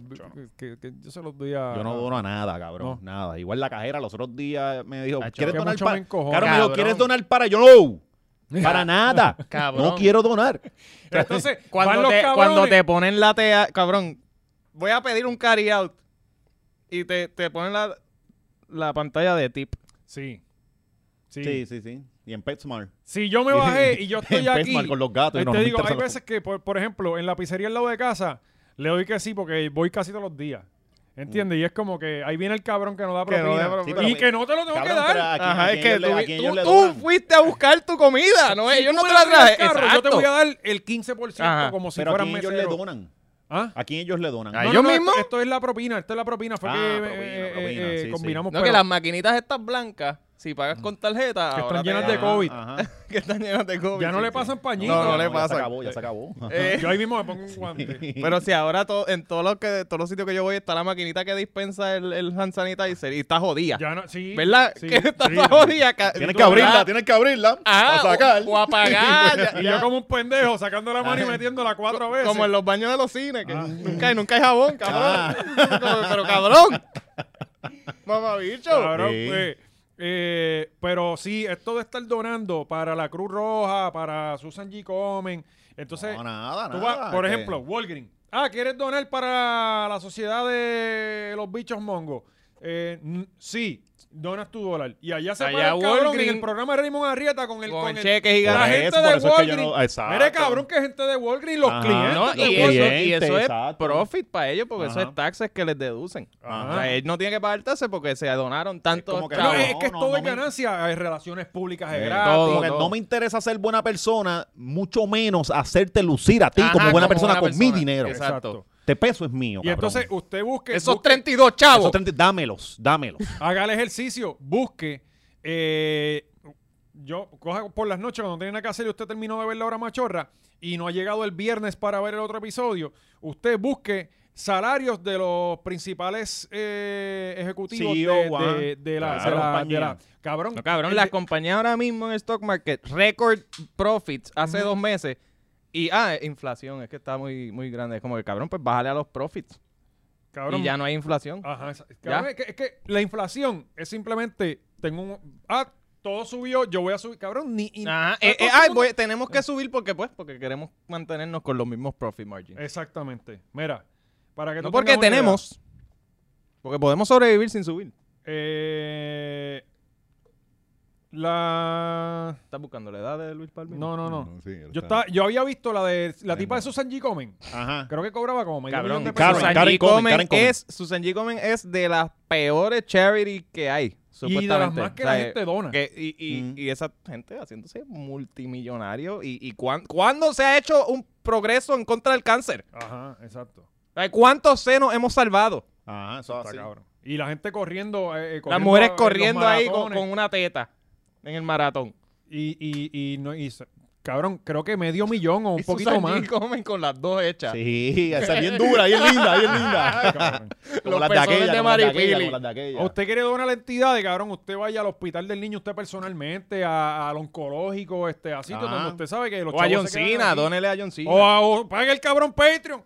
B: que, que yo se los doy a.
C: Yo no dono a nada, cabrón. Nada. Igual la cajera los otros días me dijo,
D: Tacho,
C: ¿quieres
B: que
C: donar
B: mucho me
C: para?
B: encojona.
C: Claro, me dijo,
D: Cabrón.
C: ¿quieres donar para? Yo no. Para nada.
D: Cabrón.
C: No quiero donar.
B: Entonces, van
D: Cuando
B: los
D: te,
B: cabrones-
D: cuando te ponen la tea, cabrón, voy a pedir un carry out y te, te ponen la, la pantalla de tip.
B: Sí. Sí.
C: Sí, Pues, sí, sí. Y en PetSmart.
B: Si yo me bajé y yo
C: en
B: estoy aquí.
C: PetSmart con los gatos. y
B: Ahí
C: nos
B: Ah, te digo, hay
C: interesan los-
B: veces que, por, por ejemplo, en la pizzería al lado de casa, le doy que sí porque voy casi todos los días. ¿Entiendes? Y es como que ahí viene el cabrón que no da
D: Que no
B: propina.
D: da propina.
C: Sí, pero
B: y
C: me-
B: que no te lo tengo
C: Cabrón,
B: que dar.
C: pero ¿a quién-
D: Ajá,
C: a
D: es
C: quién
D: que
C: le- a
D: tú,
C: quién
D: tú-
C: ellos le
D: tú
C: donan?
D: fuiste a buscar tu comida, ¿no? Ellos no te la
B: Tú me das
D: traje.
B: el carro, yo te
D: Exacto.
B: voy a dar el 15%
D: Ajá.
B: como si
C: Pero a
B: fueran
C: quién ellos le
B: meseros.
C: donan.
B: ¿Ah?
C: ¿A quién ellos le donan?
D: ¿A ellos
B: esto-
D: mismos?
B: Esto, es la propina, esto es la propina. Fue
C: Ah,
B: que eh,
C: propina,
B: eh,
C: propina,
B: eh,
C: sí,
B: combinamos.
D: No, que
B: pero-
D: las maquinitas estas blancas, si pagas con tarjeta,
B: Que
D: ahora
B: están
D: te
B: llenas de
D: dan-
C: Ajá,
B: COVID.
C: ajá.
D: que están llenas de COVID.
B: ya no
D: sí,
B: le
D: sí.
B: pasan pañitos.
D: No, no le
C: ya se
D: pasa.
C: acabó, ya se acabó.
D: Eh,
B: Yo ahí mismo me pongo un guante.
D: pero si ahora to- en todos los que todos los sitios que yo voy está la maquinita que dispensa el, el hand sanitizer y está jodida.
B: Ya no, sí,
D: ¿Verdad?
B: sí,
D: que está
B: sí.
D: toda jodida. ca-
C: Tienes
D: tú,
C: que abrirla,
D: ¿verdad?
C: tienes que abrirla.
D: Ajá,
C: Para sacar.
D: Ah, O, o apagar. ya-
B: Y
D: ya.
B: yo como un pendejo sacando la mano y metiéndola cuatro veces. Ah.
D: Como en los baños de los cines, que nunca, hay, nunca hay jabón, cabrón. Como, pero cabrón. Mamabicho.
B: Cabrón,
C: Sí.
B: pues, eh, pero sí, esto de estar donando para la Cruz Roja, para Susan G. Komen. Entonces,
C: No, nada,
B: tú
C: nada,
B: vas, por
C: que-
B: ejemplo, Walgreens. Ah, ¿quieres donar para la sociedad de los bichos mongos? Eh, n- sí, donas tu dólar. Y allá se
D: Allá
B: para el cabrón en
D: Walgreens-
B: el programa de Raymond Arrieta con el...
D: Con el
B: el-
D: cheque gigante.
B: La
C: Por
B: gente
C: eso,
B: de
C: por eso es que yo
B: Walgreens.
C: no- exacto. Ah,
B: Mire, cabrón, que gente de Walgreens, los
C: Ajá.
B: clientes.
D: No,
B: de
D: y,
B: Walgreens.
D: eso, y
C: clientes,
D: eso es
C: exacto.
D: profit para ellos, porque eso
C: Ajá.
D: es taxes que les deducen.
B: Ajá.
D: O sea, ellos no tienen que pagar taxes porque se donaron tanto.
C: como que-
B: No,
C: Clamao.
B: es que es
C: No,
B: todo
C: no
B: es
C: me-
B: ganancia, hay relaciones públicas es
C: Eh,
B: gratis.
D: todo,
C: Como que
D: todo.
C: no me interesa ser buena persona, mucho menos hacerte lucir a ti como buena persona con mi dinero.
B: Exacto.
C: Este peso es mío.
B: Y
C: cabrón.
B: entonces usted busque,
D: Esos
B: busque-
D: 32 chavos.
C: Esos 30 dámelos, dámelos.
B: haga el ejercicio, busque. eh, yo coja por las noches cuando no tiene nada que hacer y usted terminó de ver la hora machorra y no ha llegado el viernes para ver el otro episodio, usted busque salarios de los principales eh, ejecutivos de-
C: CEO,
B: de, de, la, de la-
C: ajá. E ah. Claro,
B: de la-
C: compañía.
B: cabrón.
D: No, cabrón,
B: el
D: la
B: de-
D: compañía ahora mismo en el stock market, record profits hace dos meses. Y, ah, inflación, es que está muy, muy grande. Es como que, cabrón, pues bájale a los profits.
B: cabrón,
D: Y ya no hay inflación.
B: Ajá, esa- cabrón,
D: ¿Ya?
B: es, que, es que la inflación es simplemente tengo un ah todo subió, yo voy a subir, cabrón, ni ni-
D: Ajá.
B: todo
D: Eh, eh,
B: el
D: ay,
B: mundo-
D: voy- tenemos que subir porque, pues, porque queremos mantenernos con los mismos profit margins.
B: Exactamente. Mira, para Eh, que
D: No
B: tú
D: porque
B: tengas una idea,
D: tenemos, porque podemos sobrevivir sin subir.
B: eh, La.
D: ¿Estás buscando la edad de Luis Palmero?
B: No, no, no.
E: Sí, él
B: Yo,
E: está-
B: estaba- yo había visto la de la tipa de
E: no.
B: Susan G. Komen.
C: Ajá.
B: Creo que cobraba como medio
D: Cabrón,
B: millón de
C: Carmen,
B: pesos.
D: Susan
C: Karen
D: G.
C: Komen,
D: Komen
C: Karen Komen.
D: es, Susan G. Komen es de las peores charity que hay,
B: Y
D: supuestamente.
B: de las más que la
D: O sea,
B: gente dona.
D: que- y, y-
C: Mm.
D: y esa gente haciéndose multimillonario. ¿Y, y cuán- cuándo se ha hecho un progreso en contra del cáncer?
B: Ajá, exacto.
D: O sea, ¿Cuántos senos hemos salvado?
C: Ajá, eso
B: Está
C: así.
B: cabrón. Y la gente corriendo. eh, eh,
D: Las
B: corriendo
D: mujeres
B: en los
D: corriendo ahí con,
B: maratones.
D: con una teta en el maratón.
B: Y, y, y, no, y se- cabrón, creo que medio millón o un
D: Y
B: poquito
D: Susan
B: más.
D: G. Komen con las dos hechas.
C: Sí, esa es bien dura, bien linda, bien linda. como
D: Los
C: las de aquella,
D: personajes de
C: como las de
D: Maripili.
C: aquella, como las de aquella.
B: O usted quiere donar a la entidad de cabrón, usted vaya al hospital del niño, usted personalmente, a- al oncológico, este, a sitios
C: Ajá.
B: donde usted sabe que los
D: O a John
B: chavos se quedan
D: Cena,
B: aquí.
D: dónele a John Cena.
B: O, a, o pague el cabrón Patreon.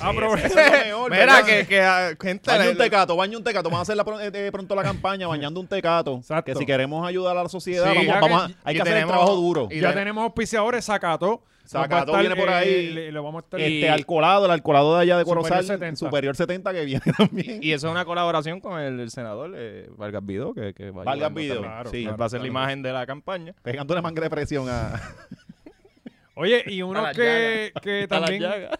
B: Ah, Aprovecha.
C: Eso es lo mejor,
D: Mira,
C: ¿verdad?
D: que, que ah, gente...
C: Baña un
D: le-
C: tecato, baña un tecato. Vamos a hacer la pro- eh, eh, pronto la campaña bañando un tecato.
B: Exacto.
C: Que si queremos ayudar a la sociedad,
D: Sí,
C: vamos,
D: ya
C: vamos
D: que-
C: a- hay
D: y
C: que hacer el
D: tenemos-
C: trabajo duro.
D: y
B: ya
D: de-
B: tenemos auspiciadores, Zacató. Nos va a
C: Zacató
B: estar,
C: viene por
B: eh,
C: ahí.
B: le, le vamos a estar.
C: Este, al colado, el alcolado de allá de
B: Superior
C: Corozal,
B: 70.
C: superior 70 que viene también.
D: Y eso es una colaboración con el, el senador eh, Vargas Vidó, que, que va
C: Vargas
D: ayudando
C: Vidó,
D: también.
C: sí.
D: Él va a ser la imagen de la campaña.
C: Pegándole mangre de presión a...
B: Oye, y uno
D: A la
B: que, que
D: A la
B: también.
D: llaga.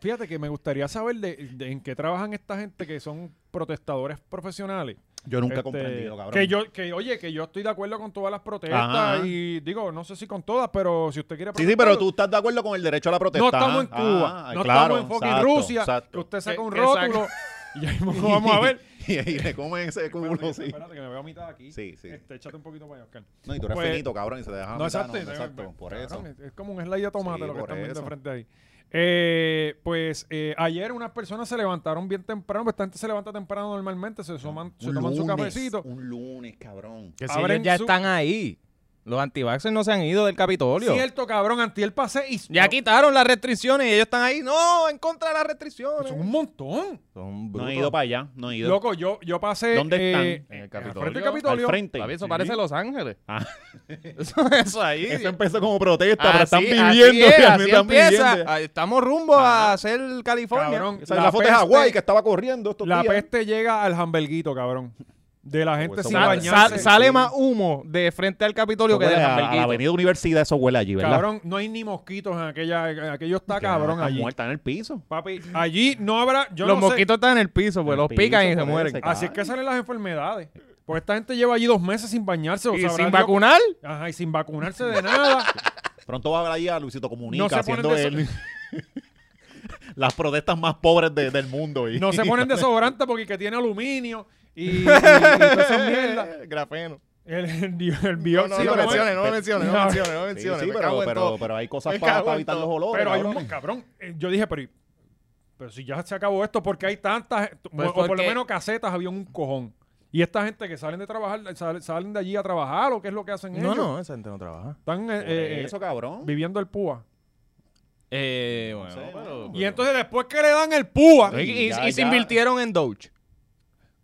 B: Fíjate que me gustaría saber de, de en qué trabajan esta gente que son protestadores profesionales.
C: Yo nunca he
B: Este,
C: comprendido, cabrón.
B: Que yo, que, oye, que yo estoy de acuerdo con todas las protestas
C: Ajá.
B: y digo, no sé si con todas, pero si usted quiere
C: Sí, sí, pero
B: protestar,
C: tú estás de acuerdo con el derecho a la protesta.
B: No estamos en
C: ¿ah?
B: Cuba,
C: Ah,
B: no
C: claro,
B: estamos en fucking
C: exacto,
B: Rusia, que
C: exacto. E-
B: usted saca un
D: Exacto.
B: rótulo y ahí mismo vamos a ver.
C: y, y le comen ese culo, sí.
B: Espérate que me veo a mitad aquí.
C: Sí, sí.
B: Este, échate un poquito para allá, Oscar.
C: No, y tú eres
B: Pues-
C: finito, cabrón, y se te deja...
B: No,
C: matar,
B: exacto.
C: no, exacto, por eso.
B: Cabrón, es- Es como un slide de tomate
C: Sí,
B: lo que
C: por
B: están viendo
C: eso.
B: frente ahí. Eh, pues eh, ayer unas personas se levantaron bien temprano, pues esta gente se levanta temprano normalmente, se, toman, se
C: Un
B: toman su
C: lunes,
B: cafecito.
C: Un lunes, cabrón.
D: Que
B: si Abren ellos ya
D: ya
B: su- están
D: están ahí. Los antivaxxers no se han ido del Capitolio.
B: Cierto, cabrón, antiel pasé y
D: Ya quitaron las restricciones y ellos están ahí. No, en contra de las restricciones.
B: son un montón.
D: Son
C: No
D: brutos.
C: he ido para allá, no he ido.
B: Loco, yo, yo pasé
C: ¿Dónde
B: eh,
C: están?
D: En el
B: al
D: Capitolio.
B: frente del
D: Al
C: Al
B: Capitolio.
C: frente.
D: Papi, eso
C: este. Sí.
D: parece Los Ángeles.
C: Ah.
D: Eso, eso ahí.
C: Eso empezó como protesta, pero
D: Así-
C: están
D: así
C: viviendo.
D: es,
C: realmente
D: así
C: están
D: empieza.
C: viviendo.
D: Ah, Estamos rumbo a ser California.
B: Cabrón,
C: Esa es la foto de Hawái que estaba corriendo estos
B: La
C: días.
B: peste llega al hamburguito, cabrón. De la gente
C: eso
B: sin
D: Sal-
C: huele a-
D: sal-
B: bañarse.
D: sale más humo de frente al Capitolio
C: Eso
D: que de
C: huele Pues a- a, la
D: Hamburguito.
C: avenida Universidad, eso huele allí, ¿verdad?
B: Cabrón, no hay ni mosquitos en aquella, en aquello está cabrón
C: Está
B: allí.
C: muerta en el piso.
B: Papi, allí no habrá, yo
D: los
B: no sé.
D: mosquitos están en el piso, pues
C: En
D: los
C: el piso,
D: pican y se
C: por
D: mueren.
C: eso,
B: Así es que salen las enfermedades. Porque esta gente lleva allí dos meses sin bañarse. o
D: y
B: sabrá
D: sin
B: Dios-
D: vacunar.
B: Ajá, y sin vacunarse de nada.
C: Pronto va a haber allí a Luisito Comunica
B: No se ponen
C: haciendo
B: de
C: él las protestas más pobres de- del mundo. Y,
B: No se ponen desodorante porque el que tiene aluminio y, y, y todas Pues esas mierdas.
D: Grafeno.
B: El, el, el
D: No,
B: bióxido.
D: no,
B: ¿cómo
D: lo
B: es?
D: menciones, no lo menciones, no lo
B: No.
D: menciones, no
C: Sí,
D: lo
C: sí,
D: menciones. me
C: pero,
D: cago en todo.
C: pero, pero hay cosas
D: Me
C: para,
D: cago en
C: evitar los
D: todo.
C: olores.
B: Pero hay un
C: cabrón.
B: cabrón. eh, Yo dije, pero, y- pero si ya se acabó esto, porque hay tantas. o- o por lo
D: Pues porque-
B: menos casetas había un cojón. Y esta gente que salen de trabajar, sal- salen de allí a trabajar o qué es lo que hacen
D: No,
B: ellos.
D: no, esa gente no trabaja.
B: Están eh,
C: Por
B: eh,
C: eso, cabrón.
B: viviendo el púa.
D: Eh, bueno.
C: sé,
D: pero-
B: Y entonces después que le dan el púa,
D: Y, y-
C: Ya,
D: y se
C: ya.
D: invirtieron en Doge.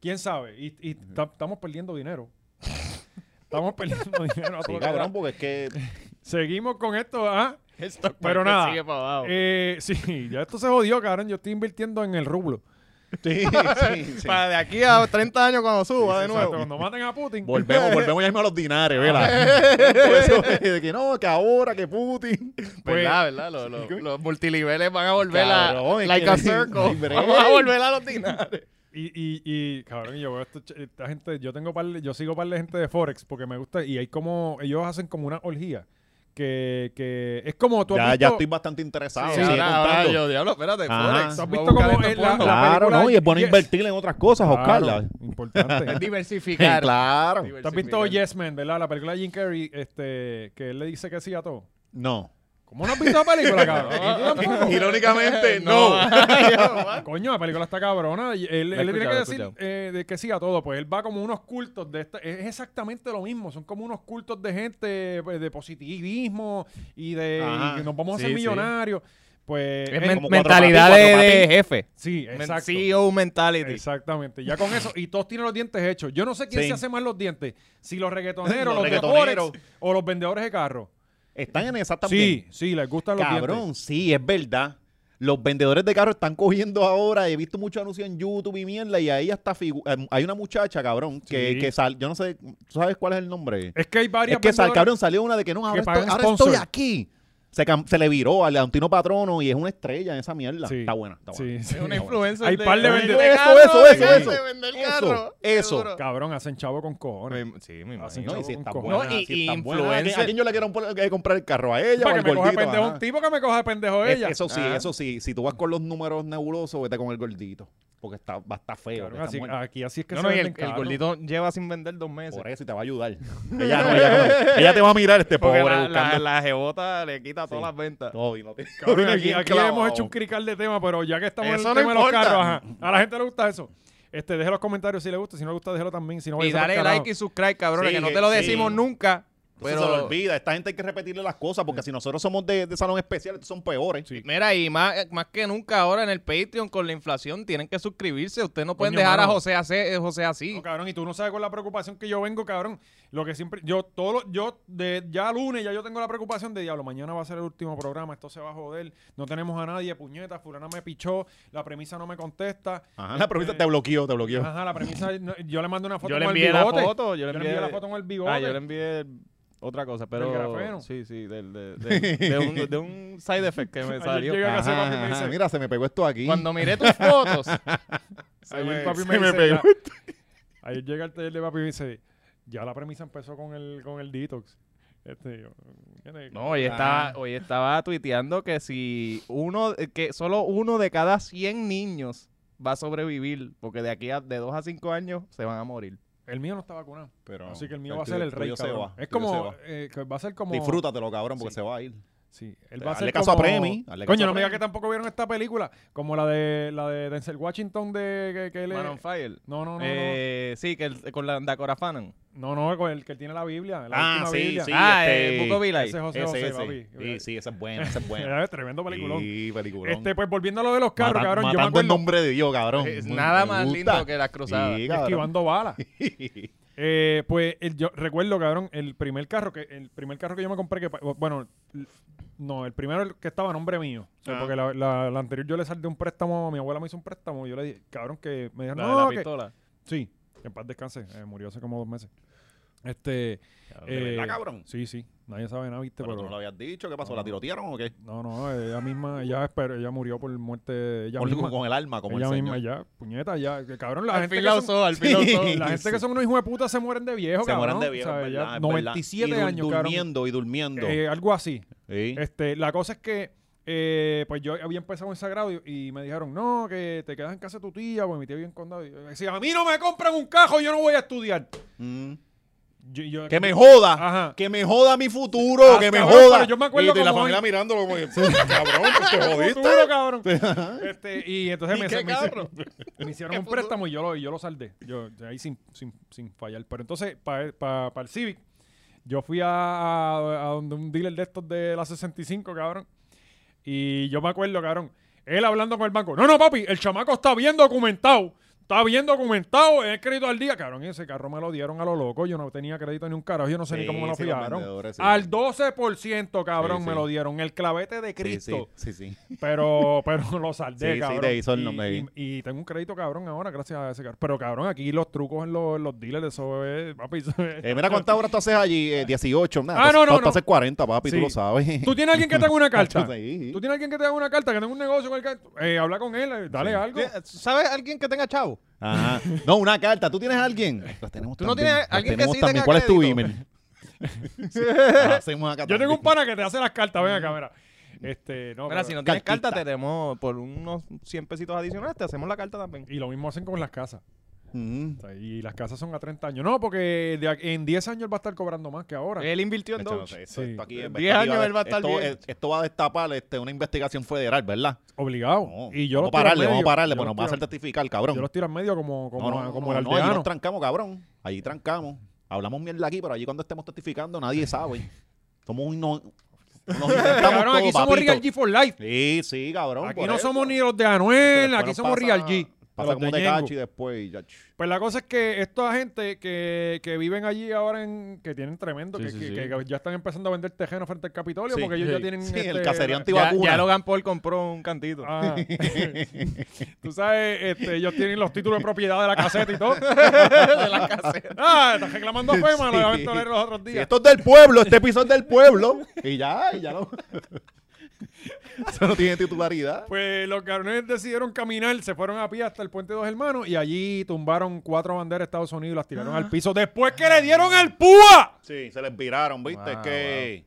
B: quién sabe. Y, y ta- estamos perdiendo dinero. Estamos perdiendo dinero. a todo
C: Sí,
B: lo que
C: cabrón,
B: da.
C: porque es que
B: Seguimos con esto, ¿ah?
D: Esto
B: Pero nada.
D: Sigue para abajo.
B: Eh, sí, ya esto se jodió, cabrón. Yo estoy invirtiendo en el rublo.
C: Sí, sí, sí.
D: Para de aquí a 30 años cuando suba de
B: Exacto,
D: nuevo.
B: cuando maten a Putin.
C: Volvemos, volvemos ya mismo a los dinares, ¿verdad?
B: Ah,
C: Por eso
B: eh.
C: es de que no, que ahora, que Putin.
D: verdad, verdad. Los, los- los multiniveles van a volver
C: Cabrón,
D: a.
C: es
D: Like
C: que-
D: a
C: no
D: circle.
C: hay break.
D: Vamos a volver a los dinares.
B: Y, y, y, cabrón, yo veo esto, ch- esta gente, yo tengo par, de- yo sigo par de gente de Forex porque me gusta y hay como, ellos hacen como una orgía que, que es como tú has
C: Ya,
B: visto,
C: ya estoy bastante interesado.
D: Sí,
C: sigue
D: ahora, ahora
C: contando.
D: yo, diablo, espérate.
C: Ajá.
D: Forex.
B: ¿Tú has
D: voy a
B: visto
D: buscar
B: cómo
D: esto
B: es la-
D: porno.
B: la-
C: Claro,
B: película
C: no, y es bueno
B: Yes.
C: invertir en otras cosas,
B: Claro,
C: Oscar.
D: Es
B: importante.
D: diversificar.
C: Claro.
B: ¿Tú has visto Yes Man, verdad? La película de Jim Carrey, este, que él le dice que sí a todo.
C: No.
B: ¿Cómo no has visto la película, cabrón? Ah, ¿Y tú tampoco?
D: Irónicamente, no.
B: Coño, la película está cabrona. y Él,
D: La he
B: él le tiene que
D: escuchado, la he
B: decir eh, de que sí a todo. Pues él va como unos cultos de esta. Es exactamente lo mismo. Son como unos cultos de gente pues, de positivismo y de
C: Ajá,
B: y que nos vamos a
C: sí,
B: hacer
C: sí.
B: millonarios. Pues.
D: Es
B: eh,
D: men-
C: como cuatro
D: mentalidad
C: papi,
D: de,
C: cuatro
D: de jefe.
B: sí,
D: Men-
B: exacto.
D: CEO mentality.
B: Exactamente. Ya con eso. Y todos tienen los dientes hechos. Yo no sé quién
C: Sí.
B: se hace más los dientes. Si los reggaetoneros,
C: Los
B: los, de
C: reggaetoneros.
B: Forex o los vendedores de carro.
C: Están en esa también.
B: Sí, sí, les gustan los dientes.
C: Cabrón, sí, es verdad. los vendedores de carros están cogiendo ahora. He visto muchos anuncios en YouTube y mierda. Y ahí hasta figu- eh, hay una muchacha, cabrón, que,
B: Sí.
C: que sal, yo no sé, ¿tú sabes cuál es el nombre?
B: Es que hay
C: Es
B: varias
C: que sal,
B: vendedoras-
C: cabrón, salió una de que no, ahora,
B: pagan
C: estoy, ahora
B: sponsor.
C: estoy aquí. Se, cam- se le viró al Antino Patrono y es una estrella en esa mierda.
B: Sí.
C: Está buena, está buena.
B: Sí, sí.
D: Es una influencer.
B: Hay par de
C: Eso,
B: vende-
C: eso, eso, eso, eso.
D: De vender
C: Eso,
D: carro.
C: eso.
D: Seguro.
B: Cabrón, hacen chavo con cojones.
D: Me- Sí, me
B: Hacen
C: No,
D: imagino.
C: y
B: chavo
C: si
B: con
C: está
B: cojones.
C: buena,
D: No, y-
C: si está buena.
D: y
C: ¿A quién- ¿A
D: influencer.
C: quién yo le quiero un- eh, comprar el carro? ¿A ella o
B: Para
C: al
B: que me coja
C: gordito?
B: pendejo
C: Ajá.
B: un tipo que me coja de pendejo
C: Es-
B: ella. Ah.
C: Eso sí,
D: Ajá.
C: eso sí. Si tú vas con los números nebulosos, vete con el gordito. Porque está, va a estar feo.
B: Cabrón,
C: que está
B: así- ah,
C: muerto.
B: aquí así es que
D: No,
B: se
D: no, y el,
B: venden
D: el
B: carros.
D: gordito lleva sin vender dos meses.
C: Por eso y te va a ayudar. ella, no, ella, no. Ella te va a mirar este
D: Porque
C: pobre
D: la, la,
C: buscando
D: la jebota le quita todas las ventas.
C: todo y no tiene-
B: Cabrón,
C: tiene
B: aquí
C: bien
B: aquí
C: clavado.
B: hemos hecho un crical de tema, pero ya que estamos en el
D: Eso no
B: tema de los
D: importa.
B: carros, ajá. a la gente le gusta eso. Este, deje los comentarios si le gusta, si no le gusta, déjelo también. Si no,
D: Y
B: váyase pa'l
D: dale
B: carajo.
D: like y subscribe, cabrón,
C: Sí,
D: que no
C: que-
D: te lo
C: sí.
D: decimos nunca.
C: Entonces se lo
D: Pero,
C: olvida. Esta gente hay que repetirle las cosas porque si nosotros somos de, de salón especial, estos son peores.
D: mira, y más, más que nunca ahora en el Patreon con la inflación tienen que suscribirse. Ustedes no pueden
B: Coño,
D: dejar
B: mano.
D: a José, hace- eh, José así.
B: No, cabrón, y tú no sabes con la preocupación que yo vengo, cabrón. Lo que siempre, yo todo, lo- yo de ya lunes ya yo tengo la preocupación de diablo, mañana va a ser el último programa, esto se va a joder, no tenemos a nadie, puñeta, fulana me pichó, la premisa no me contesta.
C: Ajá, la promesa te bloqueó, te bloqueó.
B: Ajá, la premisa, no, yo le mando una foto
D: Yo le
B: con
D: envié
B: el
D: la
B: bigote.
D: foto, yo le envié-
B: la foto con el bigote.
D: Ah, yo le envié otra cosa, pero.
B: Del grafeno.
D: Sí, sí, del, de, de- de un, de un side effect que me
B: Ayer
D: salió.
B: llega-
C: Ajá,
B: Papi me
C: ajá.
B: dice-
C: Mira, se me pegó esto aquí.
D: Cuando miré tus fotos.
B: Ayer
D: me-
B: papi
D: se
B: me,
C: me
B: dice,
C: pegó.
B: ya- ayer llega el taller de papi y me dice, ya la premisa empezó con el, con el detox. Este, yo,
D: No, hoy estaba, hoy estaba tuiteando que si uno, eh, que solo uno de cada 100 niños va a sobrevivir, porque de aquí a de 2 a 5 años se van a morir.
B: el mío no está vacunado.
C: Pero
B: Así que el mío
C: el
B: va a ser
C: tuyo-
B: el rey.
C: tuyo se
B: cabrón.
C: va,
B: Es
C: tuyo se
B: como,
C: va.
B: eh, que va a ser como.
C: Disfrútatelo, cabrón, porque
B: Sí.
C: se va a ir.
B: Sí, él va a
C: Eh, Hazle
B: ser
C: caso a
B: como-
C: Premi, hazle caso
B: Coño,
C: a
B: no me digas
C: Premi.
B: que tampoco vieron esta película, como la de la de Denzel Washington de que, que él es-
D: Man on fire.
B: No, no, no,
D: Eh, Sí, que el- con la Dakota Fanning.
B: no, no, no, con el que él tiene la Biblia, la
C: Ah,
B: última
C: sí,
B: Biblia.
C: sí.
D: ah,
C: este-
D: eh, Buco Vilay.
B: Ese es José José, papi.
C: Sí, sí, esa es buena, esa es buena.
B: Era tremendo peliculón.
C: Sí, peliculón.
B: Este, pues volviendo a lo de los carros,
C: Mata-
B: cabrón, yo me
C: matando el
B: acuerdo
C: nombre de Dios, cabrón.
D: Es
C: Me-
D: nada
C: me
D: más
C: gusta.
D: lindo que las cruzadas.
C: Sí, cabrón.
B: esquivando balas. Eh, pues el- yo recuerdo, cabrón, el primer carro que el primer carro que yo me compré que pa- bueno, l- no, el primero el que estaba a nombre mío, O sea,
D: Ah.
B: porque la, la- la anterior yo le salí un préstamo, mi abuela me hizo un préstamo, y yo le dije, cabrón, que me dijeron,
D: La,
B: no,
D: de la
B: que-
D: pistola.
B: sí, que en paz descanse, eh, murió hace como dos meses. Este,
C: ¿De
B: eh,
C: verdad, cabrón?
B: Sí, sí, nadie sabe nada, viste,
C: Pero
B: pero,
C: tú no lo habías dicho, ¿qué pasó? ¿La tirotearon o qué?
B: no, no, ella misma, ella espero, ella murió por muerte, ella
C: Con,
B: misma,
C: con el alma, como
B: ella
C: el
B: misma,
C: señor.
B: ya, puñeta, ya, que, cabrón, la
D: Al
B: gente
D: fin
B: que
D: la
B: son-
D: usó, al fin la
C: Sí.
D: usó.
B: La gente que son unos hijos de puta se mueren de viejo,
C: Se mueren
B: cabrón,
C: de viejo,
B: ¿sabes?
C: es
B: Ya
C: verdad, es verdad.
B: 97
C: Y dur-
B: años, cabrón.
C: durmiendo y durmiendo.
B: Eh, algo así.
C: Sí.
B: Este, la cosa es que eh, pues yo había empezado en Sagrado y, y me dijeron, no, que te quedas en casa de tu tía, porque mi tía vive en condado. Y yo decía, a mí no me compran un cajo, yo no voy a estudiar.
C: Mm.
B: Yo- yo-
C: Que me joda,
B: Ajá.
C: que me joda mi futuro,
B: Ah,
C: que me
B: cabrón,
C: joda.
B: pero yo me acuerdo
C: y, y la
B: como
C: familia
B: hoy.
C: mirándolo como que, cabrón, pues te jodiste.
B: Futuro, cabrón. Este, y entonces me,
D: qué
B: me- me-
D: cabrón?
B: me hicieron
D: ¿Qué
B: un
D: futuro?
B: préstamo y yo lo, y yo lo saldé. Yo, de ahí sin, sin, sin fallar. Pero entonces, para el Civic, yo fui a, a- a donde un dealer de estos de la 65, cabrón. Y yo me acuerdo, cabrón, él hablando con el banco. No, no, papi, el chamaco está bien documentado. Está bien documentado, el crédito al día. Cabrón, ese carro me lo dieron a lo loco. Yo no tenía crédito ni un carajo. Yo no sé ni
C: Sí,
B: cómo me lo
C: sí, los
B: fiaron.
C: vendedores, sí.
B: Al 12%, cabrón,
C: Sí,
B: me
C: sí.
B: lo dieron. El clavete de
C: Sí,
B: Cristo.
C: Sí, sí, sí.
B: Pero, pero lo saldé,
C: Sí, sí,
B: cabrón.
C: te hizo el
B: Y-
C: nombre ahí.
B: y, y tengo un crédito cabrón ahora gracias a ese carro. Pero cabrón, aquí los trucos en los, en los dealers, eso es, papi, eso es-
C: Eh, mira cuántas horas tú haces allí, eh, 18, nada.
B: Ah,
C: tú-
B: no, no,
C: Tú
B: no.
C: haces 40, papi,
B: Sí.
C: tú lo sabes.
B: ¿Tú tienes alguien que te haga una carta? ¿Tú
C: Sí.
B: tienes alguien que te haga una carta? Que tenga un negocio con el ca- eh, habla con él, eh, dale algo.
D: ¿Sabes alguien que tenga chavo?
C: Ajá. No, una carta. ¿Tú tienes alguien? Las tenemos
D: ¿Tú no
C: también,
D: tienes
C: las
D: alguien que
C: tenemos
D: sí
C: también.
D: tenga
C: ¿Cuál es tu
D: crédito?
C: email? Sí, las hacemos acá
B: Yo tengo
C: también.
B: un pana que te hace las cartas, ven acá, mira. Este, no,
D: Mira,
B: pero-
D: si no tienes
C: Cartita.
D: carta, tenemos por unos 100 pesitos adicionales, te hacemos la carta también.
B: Y lo mismo hacen con las casas.
C: Mm.
B: O sea, Y las casas son a 30 años. No, porque de aquí- en 10 años él va a estar cobrando más que ahora.
D: Él invirtió en
C: Esto no
D: Dodge.
C: sé, esto-
B: Sí.
C: esto aquí es-
D: En
C: esto
D: 10 años
C: iba-
D: él va a estar
C: esto,
D: bien.
C: eh, Esto va a destapar este, una investigación federal, ¿verdad?
B: Obligado.
C: No.
B: y yo los tiro al
C: vamos a pararle,
B: medio.
C: vamos a pararle,
B: Yo
C: porque
B: los
C: nos van a hacer
B: tiro-
C: testificar, cabrón.
B: Yo los tiro al medio como, como,
C: no, no,
B: como
C: no,
B: el
C: no,
B: aldeano.
C: allí nos trancamos, cabrón. Allí trancamos. Hablamos mierda aquí, pero allí cuando estemos testificando nadie sabe. Somos un... No, nos inventamos
B: Cabrón, aquí
C: todo,
B: somos
C: papito.
B: Real G for Life.
C: Sí, sí, cabrón.
B: Aquí
C: por
B: no
C: eso.
B: somos ni los de Anuel,
C: Después
B: aquí
C: nos
B: somos
C: pasa-
B: Real G.
C: Pasa
B: los
C: como
B: de
C: te
B: Ñengo.
C: cacho y después. y ya, ch.
B: Pues la cosa es que esta gente que, que viven allí ahora, en, que tienen tremendo,
D: Sí,
B: que,
D: sí,
B: que-
D: sí.
B: que ya están empezando a vender tejeno frente al Capitolio,
C: Sí,
B: porque ellos
C: sí.
B: ya tienen... este,
C: Sí, el caserío anti-
D: Ya,
C: vacuna.
D: ya Logan Paul compró un cantito.
B: Ah. Tú sabes, este, ellos tienen los títulos de propiedad de la caseta y todo.
D: de la caseta.
B: Ah, estás reclamando a FEMA, lo
C: Sí.
B: iban a tolerar los otros
C: Sí,
B: días.
C: esto es del pueblo, este piso es del pueblo. Y ya, y ya no. Eso no tiene titularidad.
B: Pues los cabrones decidieron caminar, se fueron a pie hasta el puente Dos Hermanos y allí tumbaron cuatro banderas de Estados Unidos y las tiraron
C: Ah.
B: al piso después que le dieron al púa.
C: Sí, se les viraron, ¿viste?
D: Wow,
C: es que.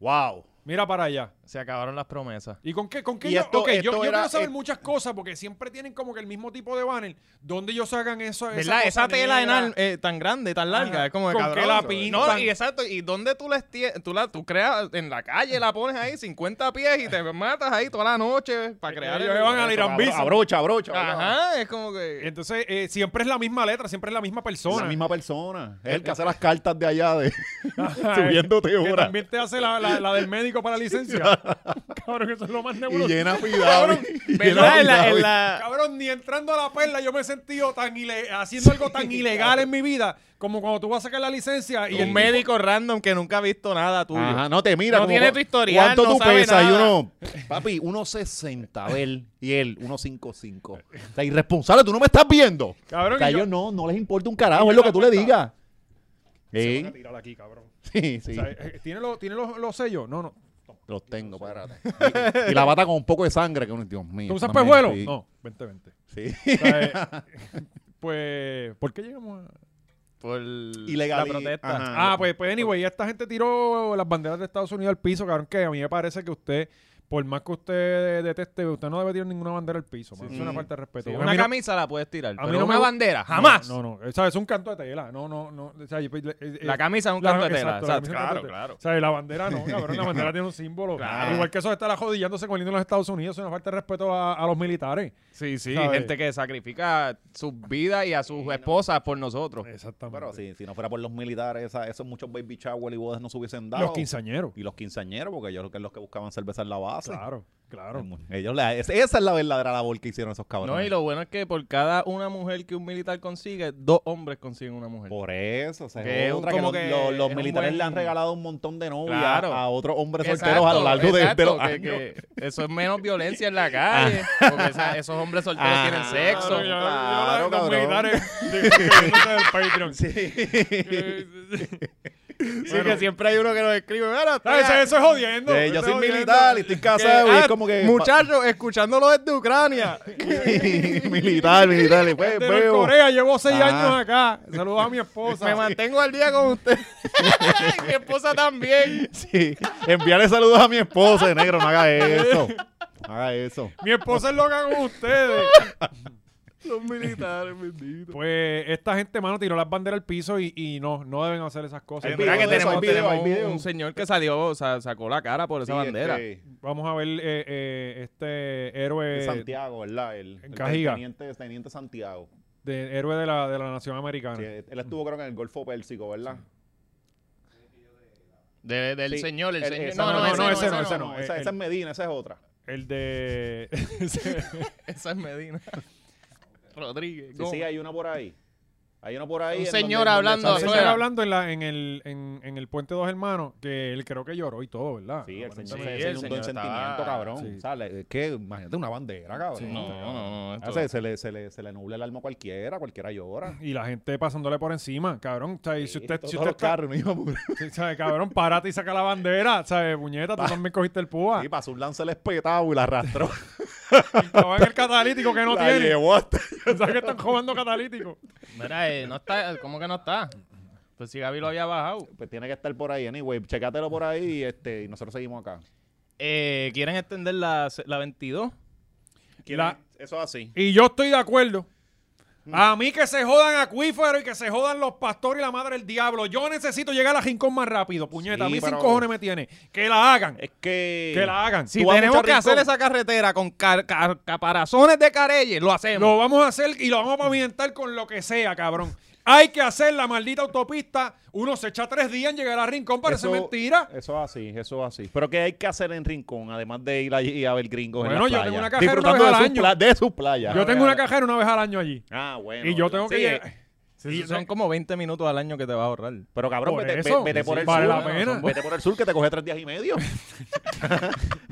C: ¡Wow!
B: Mira para allá.
D: Se acabaron las promesas.
B: ¿Y con qué? ¿Con qué
C: Y
B: yo,
C: esto-
B: ok,
C: esto
B: yo, yo
C: era-
B: quiero saber
C: eh,
B: muchas cosas porque siempre tienen como que el mismo tipo de banner donde ellos hagan eso.
D: ¿Verdad? Esa,
B: cosa
D: tela
B: negra.
D: enal- eh, tan grande, tan larga,
B: Ajá.
D: es como de
B: ¿Con
D: cabrón.
B: qué la
D: No,
B: pintan?
D: y exacto, ¿y dónde tú la estie- tú la tú creas en la calle, la pones ahí 50 pies y te matas ahí toda la noche para crear
B: ellos
D: el-
B: van al Irán Bison.
C: Abrocha, abrocha. abrocha.
D: Ajá, es como que
B: Entonces, eh, siempre es la misma letra, siempre es la misma
C: Es
B: persona.
C: la misma persona. Es el que hace las cartas de allá de subiéndote
B: Que
C: horas.
B: también te hace la, la- la del médico para licencia. cabrón, eso es lo más
C: Y
B: nebuloso.
C: llena cuidado.
D: ¿Verdad? En la- en la-
B: Cabrón, ni entrando a la perla yo me he sentido tan ile- haciendo algo tan ilegal en mi vida como cuando tú vas a sacar la licencia y
D: un
B: el-
D: médico random que nunca ha visto nada tuyo.
C: Ajá, no te mira.
D: No
C: como,
D: tiene tu historial,
C: ¿Cuánto
D: no
C: tú
D: sabe
C: pesas? Y
D: nada.
C: uno, papi, 1.60, él. Y él, 1.55. O sea, irresponsable, tú no me estás viendo.
B: Cabrón,
C: O sea,
B: y yo-
C: ellos no, no les importa un
B: y
C: carajo,
B: yo
C: es lo
B: la
C: que tú le
B: cuenta.
C: digas.
B: Se van a
C: Sí,
B: tirar aquí, cabrón.
C: sí, sí.
B: O sea, eh, ¿Tiene, lo- tiene los, los sellos? No, no.
C: Los tengo, párate. Y, y la bata con un poco de sangre, que uno, Dios mío.
B: ¿Tú usas
C: no me-
B: pejuelo?
C: sí,
B: No, 20-20.
C: Sí.
B: O sea, eh, pues, ¿por qué llegamos a...?
D: Por
C: Ilegal-
D: la protesta.
C: ajá.
B: Ah, pues, pues, anyway, esta gente tiró las banderas de Estados Unidos al piso, cabrón, que a mí me parece que usted, por más que usted deteste, usted no debe tirar ninguna bandera al piso, man.
C: Sí,
B: es una
C: sí.
B: falta de respeto.
D: Sí,
B: A
D: una
B: mí no-
D: camisa la puedes tirar,
B: a
D: pero
B: mí no
D: una
B: me gu-
D: bandera, jamás.
B: No, no, no. O sea, es un canto de tela. No, no, no. o sea, yo- eh, eh,
D: La camisa es un
B: la-
D: canto de tela.
B: exacto, la
D: exacto,
B: camisa es un canto
D: Claro,
B: de tela.
D: claro.
B: O sea, la bandera no, cabrón. La bandera tiene un símbolo.
D: Claro.
B: Igual que eso de estar jodillándose con el himno de los Estados Unidos, es una falta de respeto a, a los militares.
D: Sí, sí,
B: ¿Sabes?
D: gente que sacrifica sus vidas y a sus esposas por nosotros.
B: Exactamente.
C: Pero si, si no fuera por los militares, esa- esos muchos baby shower y bodas no se hubiesen dado.
B: Los quinceañeros.
C: Y los quinceañeros, porque ellos que es los que buscaban cerveza en la base.
B: Claro, claro.
C: Ellos le- es- esa es la verdadera labor que hicieron esos cabrones.
D: No, y lo bueno es que por cada una mujer que un militar consigue, dos hombres consiguen una mujer.
C: Por eso, o sea,
D: Que
C: es
D: es
C: otra que
D: como
C: los-
D: que
C: los, los
D: es un
C: militares
D: buen-
C: le han regalado un montón de novias
D: Claro.
C: a otros hombres
D: Exacto,
C: solteros a lo largo de- de,
D: exacto,
C: los
D: que-
C: años.
D: que Eso es menos violencia en la calle, porque esa- esos hombres solteros
C: Ah,
D: tienen sexo.
B: Claro, yo- yo
C: Claro,
B: los
C: cabrón.
B: militares discutiéndose del Patreon.
D: Sí, que siempre hay uno que nos escribe, "Mira, estoy
B: ¿Sabes? Eso- Eso
D: a-
B: Ah, es jodiendo.
C: Eh,
B: eso
C: yo
B: es
C: soy
B: jodiendo.
C: militar y estoy casado y
D: ah,
C: es como que...
D: Muchachos, escuchándolo desde Ucrania.
C: militar, militar. y pues,
B: De
C: veo.
B: Corea, llevo seis
C: Ah.
B: años acá. Saludos a mi esposa.
D: Me mantengo al día con usted. Y mi esposa también.
C: Sí. Enviarle saludos a mi esposa, negro, no haga eso. No haga eso.
B: Mi esposa es loca con ustedes.
D: Los militares, bendito.
B: Pues esta gente, mano, tiró las banderas al piso y, y no, no deben hacer esas cosas.
C: Hay
D: Mira
C: video
D: que
C: de eso, hay
D: tenemos,
C: video,
D: tenemos
C: hay video.
D: un, un señor que salió, o sea, sacó la cara por esa
C: este,
D: bandera.
B: Vamos a ver eh, eh, este héroe
C: de Santiago, ¿verdad? El,
B: en
C: el
B: Cajiga.
C: teniente, teniente Santiago.
B: de héroe de la, de la nación americana.
C: Sí, él estuvo creo que en el Golfo Pérsico, ¿verdad?
D: De- del
C: Sí.
D: señor, el
C: El-
D: señor.
C: esa no, no, no, ese no,
B: ese
C: No,
B: no,
C: esa,
B: el-
C: esa es Medina, esa es otra.
B: El de
D: Esa es Medina. Rodríguez.
C: Sí,
D: Gómez.
C: sí, hay una por ahí. Hay una por ahí.
D: Un
C: en
D: señor
C: donde-
D: hablando
C: donde
B: Ese
C: sale-
D: afuera.
B: estaba hablando en la en el en, en el puente dos hermanos que él creo que lloró y todo, ¿verdad?
C: Sí, el señor
D: Sí,
C: se
D: el
C: se inundó en
D: señor
C: sentimiento,
D: estaba-
C: cabrón.
B: sí.
C: Sale, es que, imagínate, una bandera, cabrón.
B: Sí,
D: No, no, no.
C: Ah,
D: esto-
C: Se, se le, se, le, se le nubla el alma a cualquiera, cualquiera llora.
B: Y la gente pasándole por encima, cabrón. O sea, y si usted,
C: Todos
B: si usted
C: los
B: está-
C: carros, Ah. no iba a morir.
B: sí, sabe, cabrón, párate y saca la bandera, ¿sabes? Puñeta, tú también cogiste el púa.
C: Y pasó un lance el espetado y la arrastró.
B: Estaba en el catalítico que no
C: la
B: tiene.
C: llevó hasta...
B: ¿Sabes que están jugando catalítico?
D: Mira, eh, no está, ¿cómo que no está? Pues si Gaby lo había bajado.
C: Pues tiene que estar por ahí, anyway. Checátelo por ahí y, este, y nosotros seguimos acá.
D: Eh, ¿Quieren extender la, la 22?
B: La-
C: Eso es así.
B: Y yo estoy de acuerdo. A mí que se jodan acuíferos y que se jodan los pastores y la madre del diablo. Yo necesito llegar a Rincón más rápido, puñeta. a
C: Sí,
B: mí
C: pero-
B: sin cojones me tiene. Que la hagan.
C: Es que...
B: Que la hagan.
D: Si
C: Tú vas
D: tenemos
C: mucho
D: que
C: rincón.
D: hacer esa carretera con car- car- caparazones de careyes, lo hacemos.
B: Lo vamos a hacer y lo vamos a pavimentar con lo que sea, cabrón. Hay que hacer la maldita autopista. Uno se echa tres días en llegar a Rincón, parece
C: Eso-
B: mentira.
C: Eso es así, eso es así. Pero ¿qué hay que hacer en Rincón, además de ir allí y a ver gringos en
B: Bueno,
C: las
B: yo tengo
C: playas?
B: una cajera una
C: Disfrutando
B: vez al
C: de sus
B: año.
C: pla- de sus playas.
B: Yo tengo una cajera una vez al año allí.
C: Ah, bueno.
B: Y yo tengo que
D: Sí,
B: llegar.
D: Sí, son como 20 minutos al año que te vas a ahorrar.
C: Pero cabrón,
B: Por
C: vete,
B: eso.
C: ve- vete por
B: Sí,
C: el
B: vale
C: sur.
B: la
C: bueno,
B: pena.
C: son- Vete por el sur que te coge tres días y medio.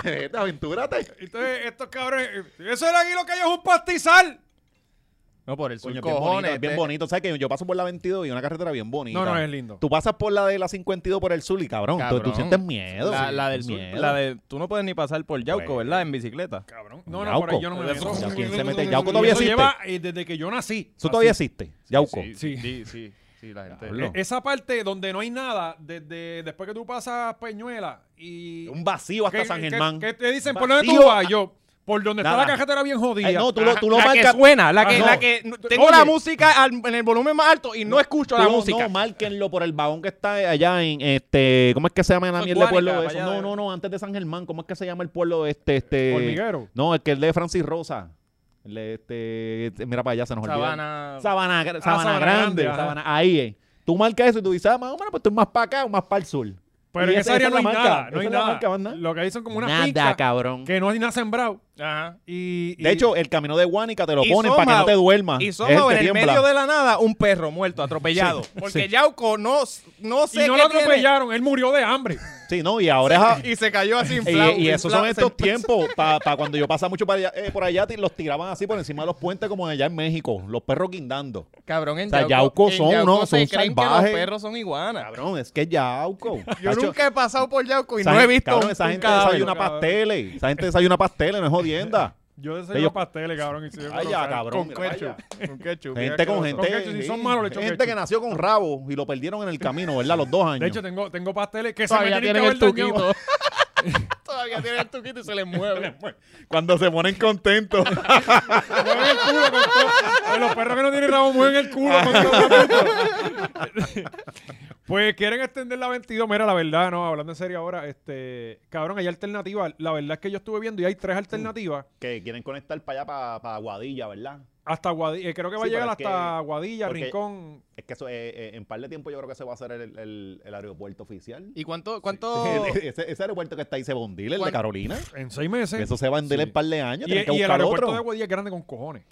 C: vete, aventúrate.
B: Entonces, estos cabrones. Eso era aquí lo que hay es un pastizal.
D: No, por el sur,
C: Coño, es bien bonito,
D: cojones.
C: es bien
D: te-
C: bonito. ¿Sabes que Yo paso por la 22 y una carretera bien bonita.
B: No, no, es lindo.
C: Tú pasas por la de la 52 por el sur y cabrón, tú- Tú,
D: Cabrón.
C: sientes miedo.
D: La,
C: Sí,
D: la del sur,
C: miedo.
D: la de, tú no puedes ni pasar por Yauco,
C: Pues.
D: ¿verdad? En bicicleta.
B: Cabrón. No, no,
C: Yauco.
B: por ahí yo no me meto.
C: Ya, ¿quién se
B: Y
C: mete? Yauco todavía
B: eso
C: existe.
B: lleva eh, desde que yo nací.
C: Eso todavía existe. Yauco.
B: Sí.
D: sí, sí, sí, la gente.
C: Diablo.
D: Eh,
B: Esa parte donde no hay nada, desde después que tú pasas Peñuela y.
C: Un vacío hasta
B: que-
C: San
B: que-
C: Germán.
B: Que, te dicen, ¿por
C: Vacío
B: dónde tú vas?
C: a-
B: Yo, por donde está
C: Nada.
B: la cajetera bien jodida.
C: Ay, Eh, no, tú lo, tú lo
D: la que
C: marcas.
D: suena, la que,
B: Ah, no.
D: la que tengo
B: Oye.
D: la música al- en el volumen más alto y no, escucho la
C: No,
D: música.
C: No, márquenlo por el vagón que está allá en este. ¿Cómo es que se llama la
D: Eso es
C: mierda de pueblo
D: Guánica,
C: de eso?
D: para allá
C: No,
D: de-
C: no, no, antes de San Germán, ¿cómo es que se llama el pueblo este, este?
B: Ah, Hormiguero.
C: No, el que es de Francis Rosa. El de este, este, mira para allá, se nos olvidó.
D: Sabana.
C: Sabana, Gra-
B: Ah,
C: Sabana
B: Sabana
C: Grande.
B: Grande, ajá.
C: Sabana- ahí es. Tú marcas eso y tú dices, ah, más o menos, pues tú más para acá o más para el sur.
B: Pero
C: Y
B: en
C: esa-
B: esa área
C: esa
B: no hay
C: es la marca,
B: nada. No
C: esa
B: hay
C: es la
B: nada.
C: marca, más nada.
B: Lo que hay son como una
C: Nada,
B: finca
C: cabrón.
B: que no hay nada sembrado.
D: Ajá.
B: Y, y-
C: De hecho, el camino de Guánica te lo
D: Y
C: ponen para que
D: Somao-
C: no te duermas.
D: Y
C: Es
D: somos en
C: que
D: el
C: Ah, tiembla.
D: medio de la nada un perro muerto, atropellado. porque Yauco no, no
B: y
D: sé
B: no
D: qué
B: lo
D: tiene.
B: atropellaron, él murió de hambre.
C: Sí, no, y ahora es a-
D: Y se cayó así
C: Y,
D: inflado.
C: y esos son
D: inflado, se
C: estos
D: empezó-
C: tiempos, para cuando yo pasaba mucho para allá, eh, por allá, ti- los tiraban así por encima de los puentes como allá en México, los perros guindando.
D: Cabrón, en
C: O sea, Yauco
D: Yauco, en
C: son, ¿no? Son
D: se creen
C: salvajes.
D: que los perros son iguanas.
C: Cabrón, es que Yauco.
D: Yo
C: Tacho,
D: nunca he pasado por Yauco y
C: esa
D: no he
C: gente-
D: visto
C: cabrón,
D: un,
C: esa
D: un
C: gente
D: cadáver.
C: desayuna
B: cabrón.
C: pasteles, esa gente desayuna pasteles, no es jodienda.
B: Yo desayuno
C: Ellos-
B: pasteles, cabrón. Y se
C: Vaya,
B: colocaba
C: cabrón,
B: Con
C: mira,
B: ketchup.
C: vaya.
D: Con ketchup,
C: Gente
D: mira,
C: con
D: cabrón.
C: gente,
B: ketchup, si son
C: sí,
B: malos, le echan
C: gente
B: ketchup.
C: que nació con rabo y lo perdieron en el camino, ¿verdad? Los dos años.
B: De hecho, tengo, tengo pasteles que
D: Todavía
B: se me
D: tienen
B: tienen,
D: el
B: que haber dañado.
D: tuquito. Todavía tienen el tuquito y se les mueve.
C: cuando se ponen contentos.
B: Mueven el culo con todo. Pues Los perros que no tienen rabo mueven el culo con todo. Pues quieren extender la 22. Mira, la verdad, no, hablando en serio ahora, este, cabrón, hay alternativas. La verdad es que yo estuve viendo y hay tres alternativas.
C: que quieren conectar para allá, para, Guadilla, ¿verdad?
B: Hasta Guadilla, creo que va
C: Sí,
B: a llegar
C: pero es
B: hasta
C: que-
B: Guadilla,
C: porque-
B: Rincón.
C: Es que eso, eh, eh, en par de tiempo yo creo que se va a hacer el, el- el aeropuerto oficial.
D: ¿Y cuánto, cuánto,
C: Ese, ese aeropuerto que está ahí se va a hundir, el de
D: ¿Cuán-
C: Carolina.
B: En seis meses.
C: Eso se va a hundir en un par de años.
B: y,
C: tienen que
B: y el
C: buscar
B: aeropuerto
C: otro.
B: de Guadilla es grande con cojones.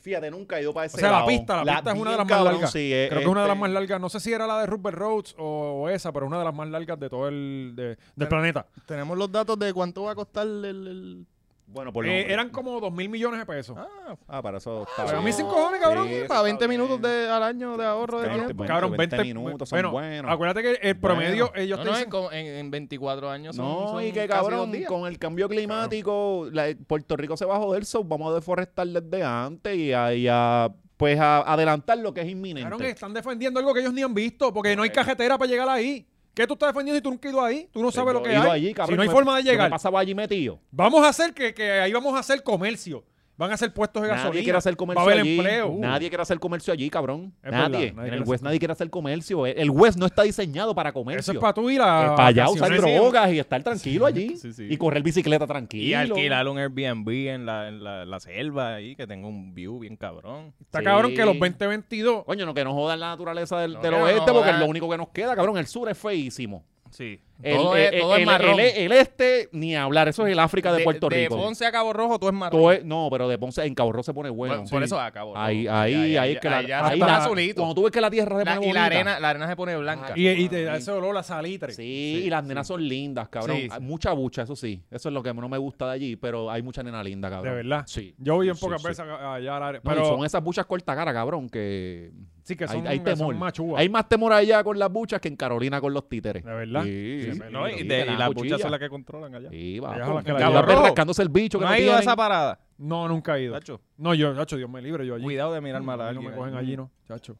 C: Fíjate, nunca he ido para ese
B: O sea, la
C: lado.
B: pista, la, pista es una de las más
C: bien cabrón,
B: largas.
C: sí,
B: Creo
C: es-
B: que es una de las
C: este-
B: más largas. No sé si era la de Rupert Roads o, o esa, pero una de las más largas de todo el de- del planeta.
D: Tenemos los datos de cuánto va a costar el... el-
C: Bueno, por lo
B: Eh, eran como 2 mil millones de pesos.
D: Ah,
C: Ah, para eso está
B: Pero a mí
C: bien.
B: sin cojones, cabrón.
C: Sí, eso
D: para
C: está
D: 20
C: bien.
D: minutos de, al año de ahorro de
C: Claro,
D: tiempo.
C: veinte,
B: Cabrón, 20,
C: 20 minutos son
B: bueno,
C: buenos.
B: Acuérdate que el promedio,
C: Bueno.
B: ellos
D: No,
B: te
D: no,
B: dicen.
D: en co- en, en 24 años son,
C: No,
D: son
C: y que
D: casi dos
C: cabrón,
D: días.
C: con el cambio climático, la- Puerto Rico se va a joder, so vamos a deforestar desde antes y a, y a, pues a adelantar lo que es inminente.
B: Cabrón, están defendiendo algo que ellos ni han visto, porque
C: Eh,
B: no hay cajetera para llegar ahí. ¿Qué tú estás defendiendo si tú nunca has ido ahí? Tú no sabes
C: Pues, Yo
B: lo
C: he
B: que
C: ido
B: hay.
C: allí, cabrón,
B: si no hay
C: me-
B: forma de
C: yo
B: llegar.
C: Me pasaba allí metido.
B: Vamos a hacer que, que ahí vamos a hacer comercio. Van a hacer puestos de gasolina.
C: Nadie quiere hacer comercio
B: Va a haber
C: allí.
B: empleo. Uh.
C: Nadie quiere hacer comercio allí, cabrón.
B: Es verdad, nadie
C: nadie.
B: quiere
C: en el
B: hacer
C: West nadie quiere hacer comercio. Eh, El- El West no está diseñado para comercio.
B: Eso es para tú ir a.
C: para allá usar
B: vacaciones.
C: drogas y estar tranquilo allí.
D: sí, sí.
C: Y correr bicicleta tranquilo.
D: Y alquilar un Airbnb en la, en la, la selva ahí, que tenga un view bien cabrón.
B: Está
C: Sí.
B: cabrón que los 2022.
C: Coño, no que nos jodan la naturaleza del,
D: No,
C: del
D: que no
C: oeste, porque es
D: jodan.
C: lo único que nos queda, cabrón. El sur es feísimo.
D: Sí.
C: El, eh,
D: todo
C: el-
D: es, todo es
C: el-
D: marrón.
C: el- el este, ni hablar. Eso es el África de, Puerto
D: de
C: Rico.
D: Ponce a Cabo Rojo, todo es marrón.
C: Todo es- no, pero de Ponce en Cabo Rojo se pone bueno.
D: Bueno, Por eso a Cabo Rojo.
C: Ahí, ahí, ahí, es que la,
D: allá
C: ahí
D: está
C: la-
D: azulito.
C: Cuando tú ves que la tierra se
D: La-
C: pone
D: y
C: bonita.
D: la arena, la arena se pone blanca.
B: Y, y te da ese olor a salitre.
C: Sí, y las nenas son lindas, cabrón.
D: Sí, sí.
C: Hay Mucha bucha, eso sí. Eso es lo que no me gusta de allí, pero hay mucha nena linda,
B: De
C: cabrón.
B: verdad.
C: Sí.
B: Yo vi en
C: Sí,
B: pocas
C: sí.
B: veces a- allá al área.
C: No, y
B: Pero
C: son esas buchas corta cara, cabrón, que,
B: sí que
C: hay,
B: son,
C: hay
B: que
C: temor.
B: son machúas.
C: Hay más temor allá con las buchas que en Carolina con los títeres.
B: De verdad.
C: Sí,
B: Sí,
C: sí,
B: pero
D: No,
C: sí,
D: y,
C: sí,
D: de- y
C: las
D: las
C: cuchillas.
D: buchas son las que controlan allá.
C: Sí, va.
B: Ellas son las que la
C: Cabo
B: llevan.
C: Rojo. rascándose el bicho que
D: No
C: no,
D: ha ido a
C: tienen.
D: esa parada.
B: No, nunca he ido.
D: Chacho,
B: No, yo, chacho, Dios me libre, yo allí.
D: cuidado de mirar mal a
B: A mí no
D: alguien.
B: me cogen allí, no. Chacho,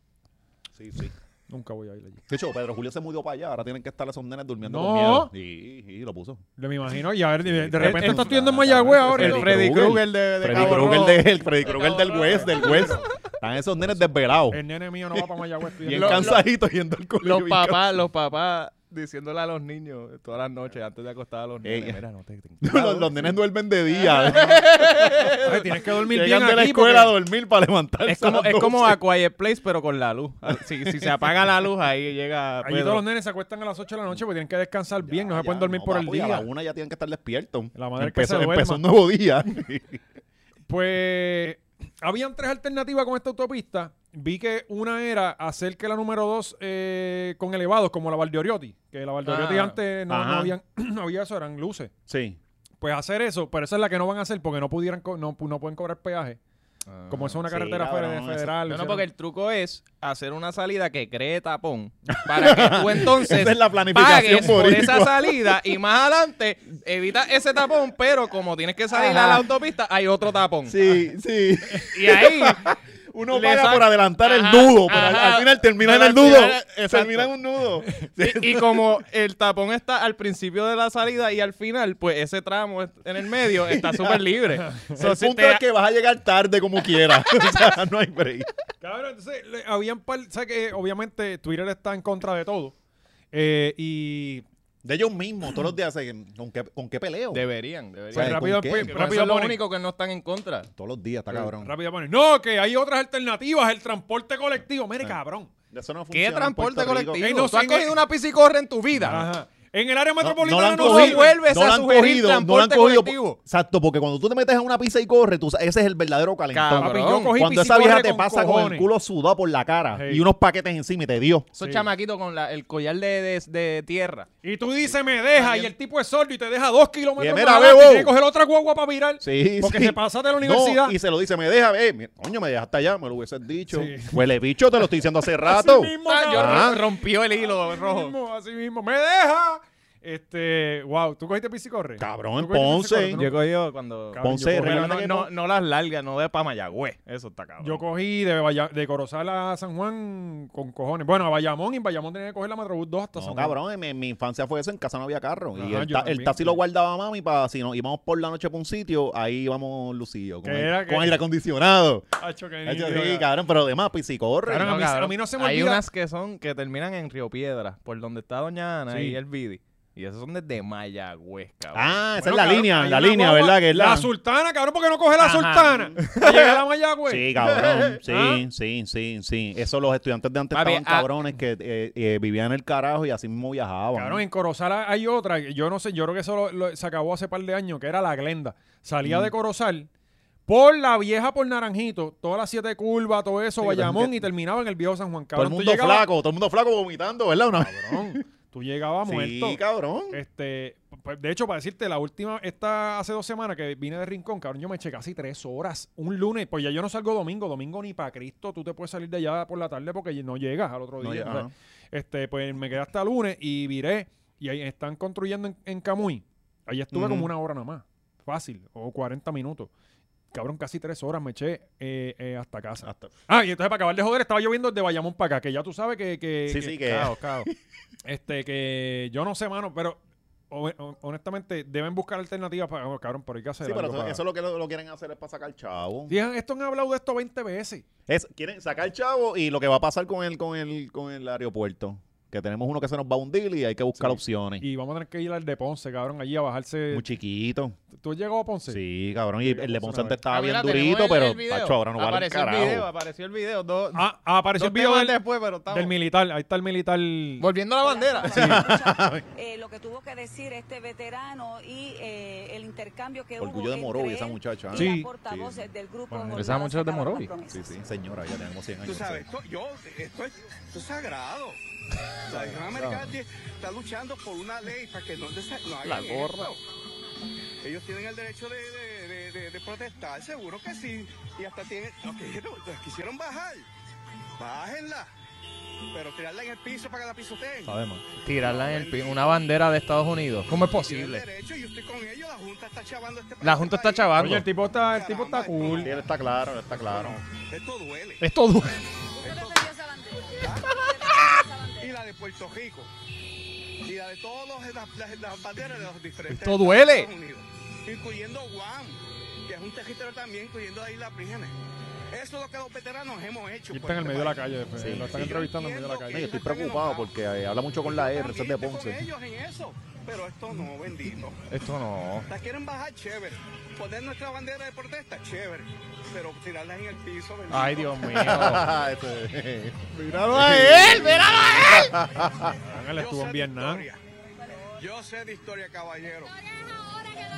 C: Sí, sí.
B: nunca voy a ir allí.
C: De hecho, Pedro Julio se mudó para allá. Ahora tienen que estar esos nenes durmiendo
B: No.
C: con miedo. Y, y lo puso.
B: Lo me imagino. Y a ver, de, de
C: El-
B: repente
C: el-
B: estás estudiando en Mayagüez ahora. y
C: el
B: todo.
C: Freddy Krueger
D: de,
C: Freddy Krueger del, Freddy Krueger del West, del West. Están esos
B: Eh,
C: nenes desvelados.
B: El nene mío no va para Mayagüez.
C: Bien
B: estudiando.
D: Lo-
C: cansaditos yendo al colegio.
D: Los
C: bien
D: papás, los papás diciéndole a los niños todas las noches antes de acostar a los
A: Ey.
D: niños. Mira, no te, te-
A: los, los nenes duermen de día.
B: Oye, tienes que dormir bien
A: Llegan de la
B: aquí
A: escuela a
B: porque-
A: dormir para levantarse.
D: Es como,
A: a las
D: es como
A: 12.
D: a Quiet Place, pero con la luz. Ah, Si, si se apaga la luz, ahí llega.
B: Allí
D: Pedro.
B: todos los nenes se acuestan a las 8 de la noche porque tienen que descansar bien, no se
A: Ah, Ya,
B: pueden dormir
A: no,
B: por el
A: papi, A
B: día.
A: la una ya tienen que estar despiertos.
B: La madre que
A: empezó,
B: se duerma.
A: empezó un nuevo día.
B: Pues habían tres alternativas con esta autopista. Vi que una era hacer que la número dos eh, con elevados, como la Valdoriotti. Que la Valdoriotti
D: Ah,
B: antes no, no
A: ajá.
B: habían, no había eso, eran luces.
A: sí.
B: Pues hacer eso, pero esa es la que no van a hacer porque no pudieran co- no, pu- no pueden cobrar peaje. Como eso es una
A: sí,
B: carretera fe-
A: cabrón, eso-
B: federal.
D: No, no,
B: hicieron-
D: porque el truco es hacer una salida que cree tapón para que tú entonces
A: Esa es la planificación
D: pagues por
A: boricua.
D: esa salida y más adelante evitas ese tapón, pero como tienes que salir a la
A: Ajá.
D: autopista, hay otro tapón.
A: Sí, sí.
D: Y ahí
A: Uno
D: Le
A: paga
D: saca-
A: por adelantar el
D: Ajá,
A: nudo, pero al,
D: ajá.
A: al final termina en
D: Pero
A: el
D: al
A: nudo.
D: final- exacto.
A: termina en un nudo.
D: Y, y como el tapón está al principio de la salida y al final, pues ese tramo es- en el medio está súper libre. So,
A: el
D: si
A: punto
D: te-
A: es que vas a llegar tarde como quieras. o sea, no hay break.
B: Cabrón, entonces le- habían par- ¿sabes qué? obviamente Twitter está en contra de todo. Eh, y
A: De ellos mismos, todos los días, hacen, ¿con qué, con qué peleo?
D: Deberían, deberían.
A: Pues,
B: pues, rápido,
A: qué?
B: pues,
A: Con
D: Con eso
B: rápido
D: es lo
B: ponen-
D: único que no están en contra.
A: Todos los días, está cabrón.
B: rápido ponen, No, que hay otras alternativas, el transporte colectivo. Mire,
A: Ah.
B: cabrón.
A: Eso no
D: ¿Qué
A: funciona en
D: transporte
A: Puerto Rico.
D: colectivo?
B: Ey, no,
D: Tú has
B: sí,
D: cogido
B: no-
D: una piscicorre en tu vida.
B: Ajá. En el área
A: No, no
B: metropolitana
A: la han
B: no,
A: cogido,
B: sirve.
D: vuelves
A: no
D: a
A: la han
D: sugerir
A: cogido, no la han
D: transporte
A: cogido.
D: colectivo.
A: Exacto, porque cuando tú te metes en una pizza y corres, tú sa- ese es el verdadero calentón.
D: Cabrón.
B: Papi, yo cogí
A: Cuando esa
B: piscicorre
A: vieja te
B: con
A: pasa con el
B: cojones.
A: culo sudado por la cara
B: Hey.
A: y unos paquetes encima y te dio.
D: Esos
B: Sí.
D: chamaquitos con la- el collar de, de- de tierra.
B: Y tú dices, me deja, y el tipo es sordo y te deja dos kilómetros.
A: Y mira,
B: más adelante,
A: bebo.
B: y tiene que coger otra guagua para virar.
A: Sí,
B: porque
A: sí.
B: se pasa de la
A: No,
B: universidad.
A: y se lo dice, me deja, eh, mira, coño, me dejaste allá, me lo hubieses dicho.
B: Sí.
A: Huele bicho, te lo estoy diciendo hace rato.
B: Así mismo,
D: Ah, yo
B: cabrón.
A: Ah.
D: ro- rompió el hilo
B: Así
D: rojo.
B: mismo, así mismo. ¡Me deja! Este, wow, ¿tú cogiste piscicorre?
A: Cabrón,
B: ¿Tú cogiste
A: Ponce.
B: piscicorre? Tú no-
D: Yo he cogido cuando...
B: Cabrón,
A: Ponce,
B: yo
D: Pero
A: recuerda
D: no,
A: que
D: no- no las largas, no de pa' Mayagüez. Eso está cabrón.
B: Yo cogí de, Vaya- de Corozal a San Juan con cojones. Bueno, a Bayamón y en Bayamón tenía que coger la Metrobús 2 hasta
A: No,
B: San Juan.
A: cabrón, en mi, en mi infancia fue eso, en casa no había carro. y
B: Ajá,
A: el,
B: yo
A: ta- el
B: también.
A: taxi lo guardaba mami para si nos íbamos por la noche para un sitio, ahí íbamos lucillo, con,
B: Que
A: aire-
B: era que-
A: con aire acondicionado.
B: Acho, qué
A: Ay, yo,
B: nítido,
A: sí,
B: ya.
A: cabrón, pero además, pues, si corre.
B: Cabrón,
D: No,
B: a mí-
D: cabrón.
B: a mí no se me
D: Hay
B: olvida-
D: unas que son que terminan en Río Piedra, por donde está Doña Ana
B: Sí.
D: y el Vidi. Y esas son desde Mayagüez, cabrón.
A: Ah, esa
B: Bueno,
A: es la
B: cabrón,
A: línea,
B: hay
A: la
B: una
A: línea,
B: guagua-
A: ¿verdad? Que es la...
B: La sultana, cabrón, porque no coge la
D: Ajá.
B: sultana. Y llega la Mayagüez.
A: Sí, cabrón. Sí,
B: pues. ¿Ah?
A: sí, sí, sí. Eso los estudiantes de antes
D: Papi,
A: estaban
D: ah-
A: cabrones que eh, eh, vivían en el carajo y así mismo viajaban.
B: Cabrón, en Corozal hay otra, yo no sé, yo creo que eso lo- lo- se acabó hace par de años, que era la Glenda. Salía
A: Mm.
B: de Corozal por la vieja por Naranjito, todas las siete curvas, todo eso,
A: Sí,
B: Bayamón,
A: pero-
B: y terminaba en el viejo San Juan.
A: todo
B: Cabrón,
A: el
B: tú
A: mundo
B: llegabas-
A: flaco, todo el mundo flaco vomitando, ¿verdad? Una...
B: Cabrón, tú llegabas muerto.
A: Sí, cabrón.
B: Este, pues, de hecho, para decirte, la última, esta hace dos semanas que vine de Rincón, cabrón, yo me eché casi tres horas. Un lunes, pues ya yo no salgo domingo, domingo ni para Cristo, tú te puedes salir de allá por la tarde porque no llegas al otro
A: No,
B: día.
A: ya,
B: o sea,
A: ajá.
B: este, pues me quedé hasta lunes y viré. Y ahí están construyendo en, en Camuy. Ahí estuve
A: Ujú.
B: como una hora nada más. Fácil. O 40 minutos. Cabrón, casi tres horas me eché eh, eh, hasta casa.
A: Hasta-
B: Ah, y entonces para acabar de joder, estaba lloviendo desde Bayamón para acá, que ya tú sabes que... que
A: Sí, sí, que-
B: Cao, cao. Este, que yo no sé, mano, pero o- o- honestamente deben buscar alternativas para... oh, cabrón, pero hay que hacer
A: Sí, pero
B: algo
A: eso,
B: para-
A: eso lo que lo, lo quieren hacer es para sacar chavo.
B: Digan, esto han hablado de esto 20 veces.
A: Es, quieren sacar chavo y lo que va a pasar con el, con el, con el aeropuerto. Que tenemos uno que se nos va a hundir y hay que buscar
B: Sí.
A: opciones.
B: Y vamos a tener que ir al de Ponce, cabrón, allí a bajarse...
A: Muy chiquito.
B: ¿Tú has llegado a Ponce?
A: Sí, cabrón. Y
B: Sí,
A: el de
B: vamos
A: Ponce
B: a ver.
A: antes estaba
D: Ah,
A: bien
D: mira, tenemos
A: durito,
D: el-
A: pero
D: el video.
A: macho, ahora no vale el
D: apareció el,
A: carajo.
D: video, apareció el video. Dos,
B: Ah, ah, apareció
D: dos
B: el video
D: temas
B: del,
D: después, pero estamos...
B: del militar. Ahí está el militar.
D: Volviendo a la bandera.
E: Eh, lo que tuvo que decir este veterano y eh, el intercambio que hubo
A: Orgullo de
E: entre
A: Morovi,
E: él
A: esa muchacha. ¿eh?
E: y
B: Sí.
E: la portavoz
A: Sí.
E: del grupo
B: Bueno,
E: Jornada
D: esa muchacha es de
E: Sacaba las
D: Morovi.
E: Promesas.
A: Sí, sí, señora, ya tenemos 100 años.
F: Tú sabes,
A: sí.
F: esto, yo, esto es, esto es sagrado. O sea, Gran Americana tie- está luchando por una ley para que no, desa- no hagan
D: La gorra.
F: esto. Ellos tienen el derecho de, de- de- de- de protestar, seguro que sí. Y hasta tienen, lo que quiero- lo quisieron bajar, bájenla. Pero tirarla en el piso para que la pisoteen.
D: Sabemos. Tirarla en el pi- una bandera de Estados Unidos. ¿Cómo es
F: Tienen
D: posible?
F: derecho, yo estoy con ellos, la Junta está chavando este
D: La Junta está
F: país.
D: chavando.
B: Oye, el tipo está, el tipo está cool.
A: Sí, él está claro, él está claro.
F: Esto duele.
D: Esto duele.
E: ¿Usted defendió esa bandera? ¿Usted defendió esa bandera?
F: Y la de Puerto Rico. Y la de todas las, las- las banderas de los diferentes
D: Esto duele.
F: Estados Unidos, incluyendo Guam, que es un territorio también, incluyendo las Islas Vírgenes. Eso es lo que los veteranos hemos hecho.
B: Y
F: por
B: está en el
F: este
B: medio de la
F: país.
B: calle. pues,
F: Sí.
B: Lo están
F: Sí,
B: entrevistando en el medio de la
F: entiendo
B: calle.
F: que-
A: Yo estoy preocupado porque eh, habla mucho con la
F: Están
A: R, eso es de
F: bien
A: Ponce.
F: Con ellos en eso, pero esto no, bendito.
D: Esto no.
F: La quieren bajar, chévere. Poner nuestra bandera de protesta, chévere. Pero tirarlas en el piso, bendito.
D: Ay, Dios mío.
A: Eso es.
D: ¡Míralo a él! ¡Míralo a él!
B: Ángel
F: Yo
B: estuvo en
F: sé de
B: Vietnam.
F: historia. Yo sé de historia, caballero.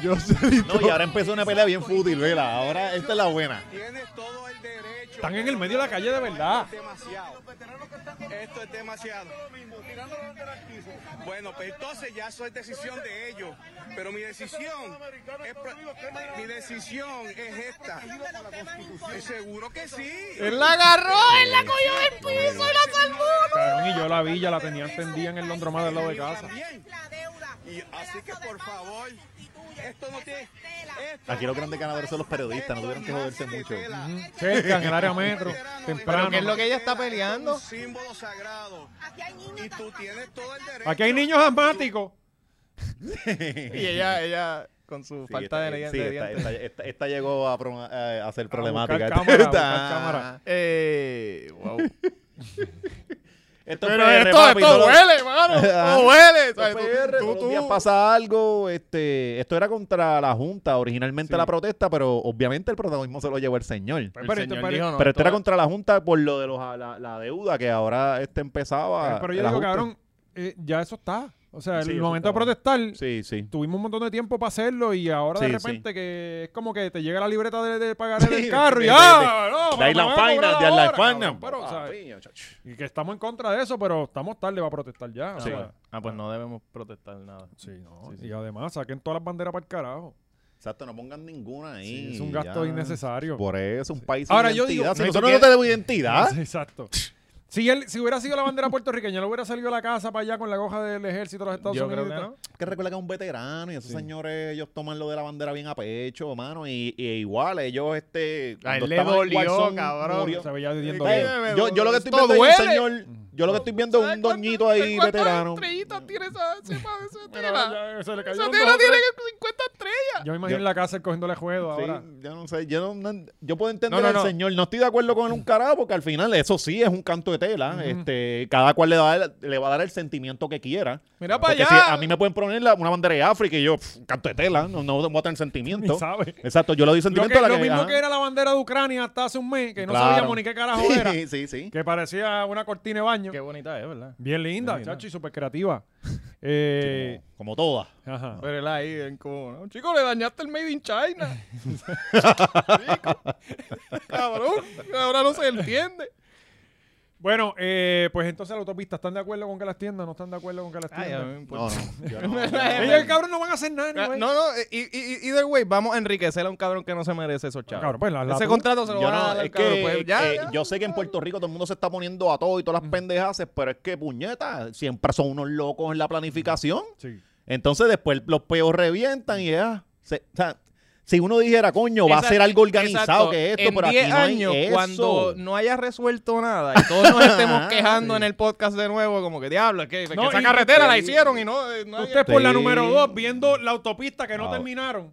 D: Yo sé.
A: No, y ahora empezó una pelea bien fútil, vela. Ahora esta es la buena.
F: Tienes todo el derecho.
B: Están en el medio de la calle de verdad.
F: Esto es demasiado. Esto es demasiado. Bueno, pues entonces ya eso es decisión de ellos. Pero mi decisión es, pro- mi decisión es esta. Eh, Seguro que sí.
D: ¡Él la agarró! ¡Él la cogió del piso y la salvó!
B: Cabrón, y yo la vi, ya la tenía entendida en el Londromar del lado de casa.
F: También. Y así que por favor, esto no tiene. esto-
A: Aquí los grandes ganadores son los periodistas, no tuvieron que joderse mucho.
B: Ujú. Cerca, en el área metro,
D: Pero ¿qué es
B: temprano.
D: lo que ella está peleando?
F: Un símbolo sagrado. Y tú tienes todo el derecho.
B: Aquí hay niños asmáticos.
D: Y ella, ella, con su
A: Sí,
D: falta de
A: esta-
D: leyenda
A: sí,
D: de
A: esta,
D: dientes.
A: esta- esta- esta llegó a, pro- a- a ser problemática.
B: buscar cámara, a buscar
A: Esta-
B: cámara.
D: Eh, wow.
A: Esto es
D: Pero
A: PR,
D: esto,
A: papi,
D: esto
A: no lo- Ah,
D: huele, mano. Esto huele. ¿sabes? Tú-
A: PR, todos
D: tú-
A: los
D: tú-
A: días pasa algo. Este, esto era contra la Junta, originalmente la protesta, pero obviamente el protagonismo se lo llevó el señor.
B: Pero,
D: Pues El
B: esto-
D: señor
B: pero-
D: dijo, no,
A: pero esto era
D: esto-
A: contra la Junta por lo de los, ah, la, la deuda que ahora este empezaba.
B: pero yo
A: el
B: digo,
A: ajuste.
B: cabrón, eh, ya eso está. O sea,
A: Sí,
B: el
A: eso
B: momento de
A: está.
B: protestar,
A: Sí, sí.
B: tuvimos un montón de tiempo para hacerlo y ahora de
A: Sí, sí.
B: repente que es como que te llega la libreta de, de pagar el
A: Sí,
B: carro y
A: de-
B: ¡ah!
A: de-
B: no,
A: de
B: pero
A: Island
B: me van a cobrar
A: Finance, de Island
B: ahora, cabrón,
A: Finance.
B: pero, o sea,
A: Ah, piño, chacho.
B: y que estamos en contra de eso, pero estamos tarde para protestar ya. o
D: Sí.
B: sea.
D: Ah, pues no debemos protestar nada.
B: Sí, no.
D: Sí, sí.
B: Y además saquen todas las banderas para el carajo.
A: Exacto, no pongan ninguna ahí.
B: Sí, es un gasto
A: ya.
B: innecesario.
A: Por eso, un país
B: Ahora,
A: sin
B: yo digo,
A: identidad. Si
B: no,
A: nosotros
B: porque-
A: no tenemos identidad.
B: Sí, Exacto. Si, él, si hubiera sido la bandera puertorriqueña, no hubiera salido a la casa para allá con la hoja del ejército de los Estados
D: Yo
B: Unidos.
D: creo que
B: y
D: no.
B: tal.
A: que recuerda que es un veterano y esos señores ellos toman lo de la bandera bien a pecho, hermano, y, y igual ellos este cuando
D: él le
A: estaban en
D: dolió,
A: Warzone,
D: cabrón.
A: murió.
B: Se veía
A: Eh,
B: diciendo bien.
D: me
A: Yo, yo lo que estoy
D: dolió.
A: viendo
D: Esto
A: es un
D: duele.
A: señor, yo lo que estoy viendo es un doñito ahí veterano.
D: tiene esa, ese
B: Mira, ya se le cayó un dos, tres.
D: 50 estrellas.
B: Yo me imagino en la cárcel cogiéndole juego
A: Sí,
B: ahora.
A: yo no sé, yo, no- no- yo puedo entender
D: No, no,
A: al
D: no.
A: señor, no estoy de acuerdo con él un carajo porque al final eso sí es un canto de tela, este, cada cual le va, a dar, le va a dar el sentimiento que quiera.
D: Mira
A: Porque
D: para
A: si
D: allá.
A: a mí me pueden poner la- una bandera de África y yo, pff, canto de tela, no, no voy a tener sentimiento.
B: Ni sabe.
A: Exacto, yo le doy
B: Lo,
A: sentimiento
B: que-
A: a la
B: lo
A: que-
B: mismo
A: ajá.
B: que era la bandera de Ucrania hasta hace un mes, que no
A: Claro.
B: sabíamos ni qué carajo
A: Sí,
B: era,
A: Sí, sí.
B: que parecía una cortina de baño.
D: Qué bonita es, ¿verdad?
B: Bien linda,
D: Bien linda.
B: chacho, y súper creativa. Eh,
A: Como, como todas.
B: ajá.
D: Pero él ahí, en como, ¿no? Chico, le dañaste el Made in China. Chico. Cabrón, ahora no se entiende.
B: Bueno, eh, pues entonces la autopista, ¿están de acuerdo con que las tiendas? ¿No están de acuerdo con que las
D: Ay, a mí
B: tiendas?
D: Pues, me
A: No,
D: importa.
A: no, yo no.
B: Ellos, cabrón, no van a hacer nada,
D: Ah,
B: anyway.
D: No, no, y, y- y- either way, vamos a enriquecer a un cabrón que no se merece esos chavos.
B: Cabrón, pues, la- la
D: Ese
B: tú-
D: contrato se lo
A: Yo
D: van a
A: no,
D: dar al
A: es
D: cabrón,
A: que,
D: pues, ya,
A: eh,
D: ya. Mm.
A: yo sé que en Puerto Rico todo el mundo se está poniendo a todo y todas las pendejaces, pero es que puñeta, siempre son unos locos en la planificación.
B: Sí.
A: Entonces después los peos revientan y ya. se- o sea, si uno dijera, coño, va a
D: Esa-
A: ser algo organizado
D: exacto.
A: que esto,
D: En
A: pero aquí
D: 10
A: no hay
D: años,
A: eso. Ah,
D: cuando no haya resuelto nada y todos nos estemos quejando en el podcast de nuevo, como que diablo, es que, es que
B: No,
D: esa
B: y-
D: carretera la hicieron y no. eh, no hay-
B: Usted por la
A: Sí.
B: número dos viendo la autopista que no
A: Ah,
B: terminaron.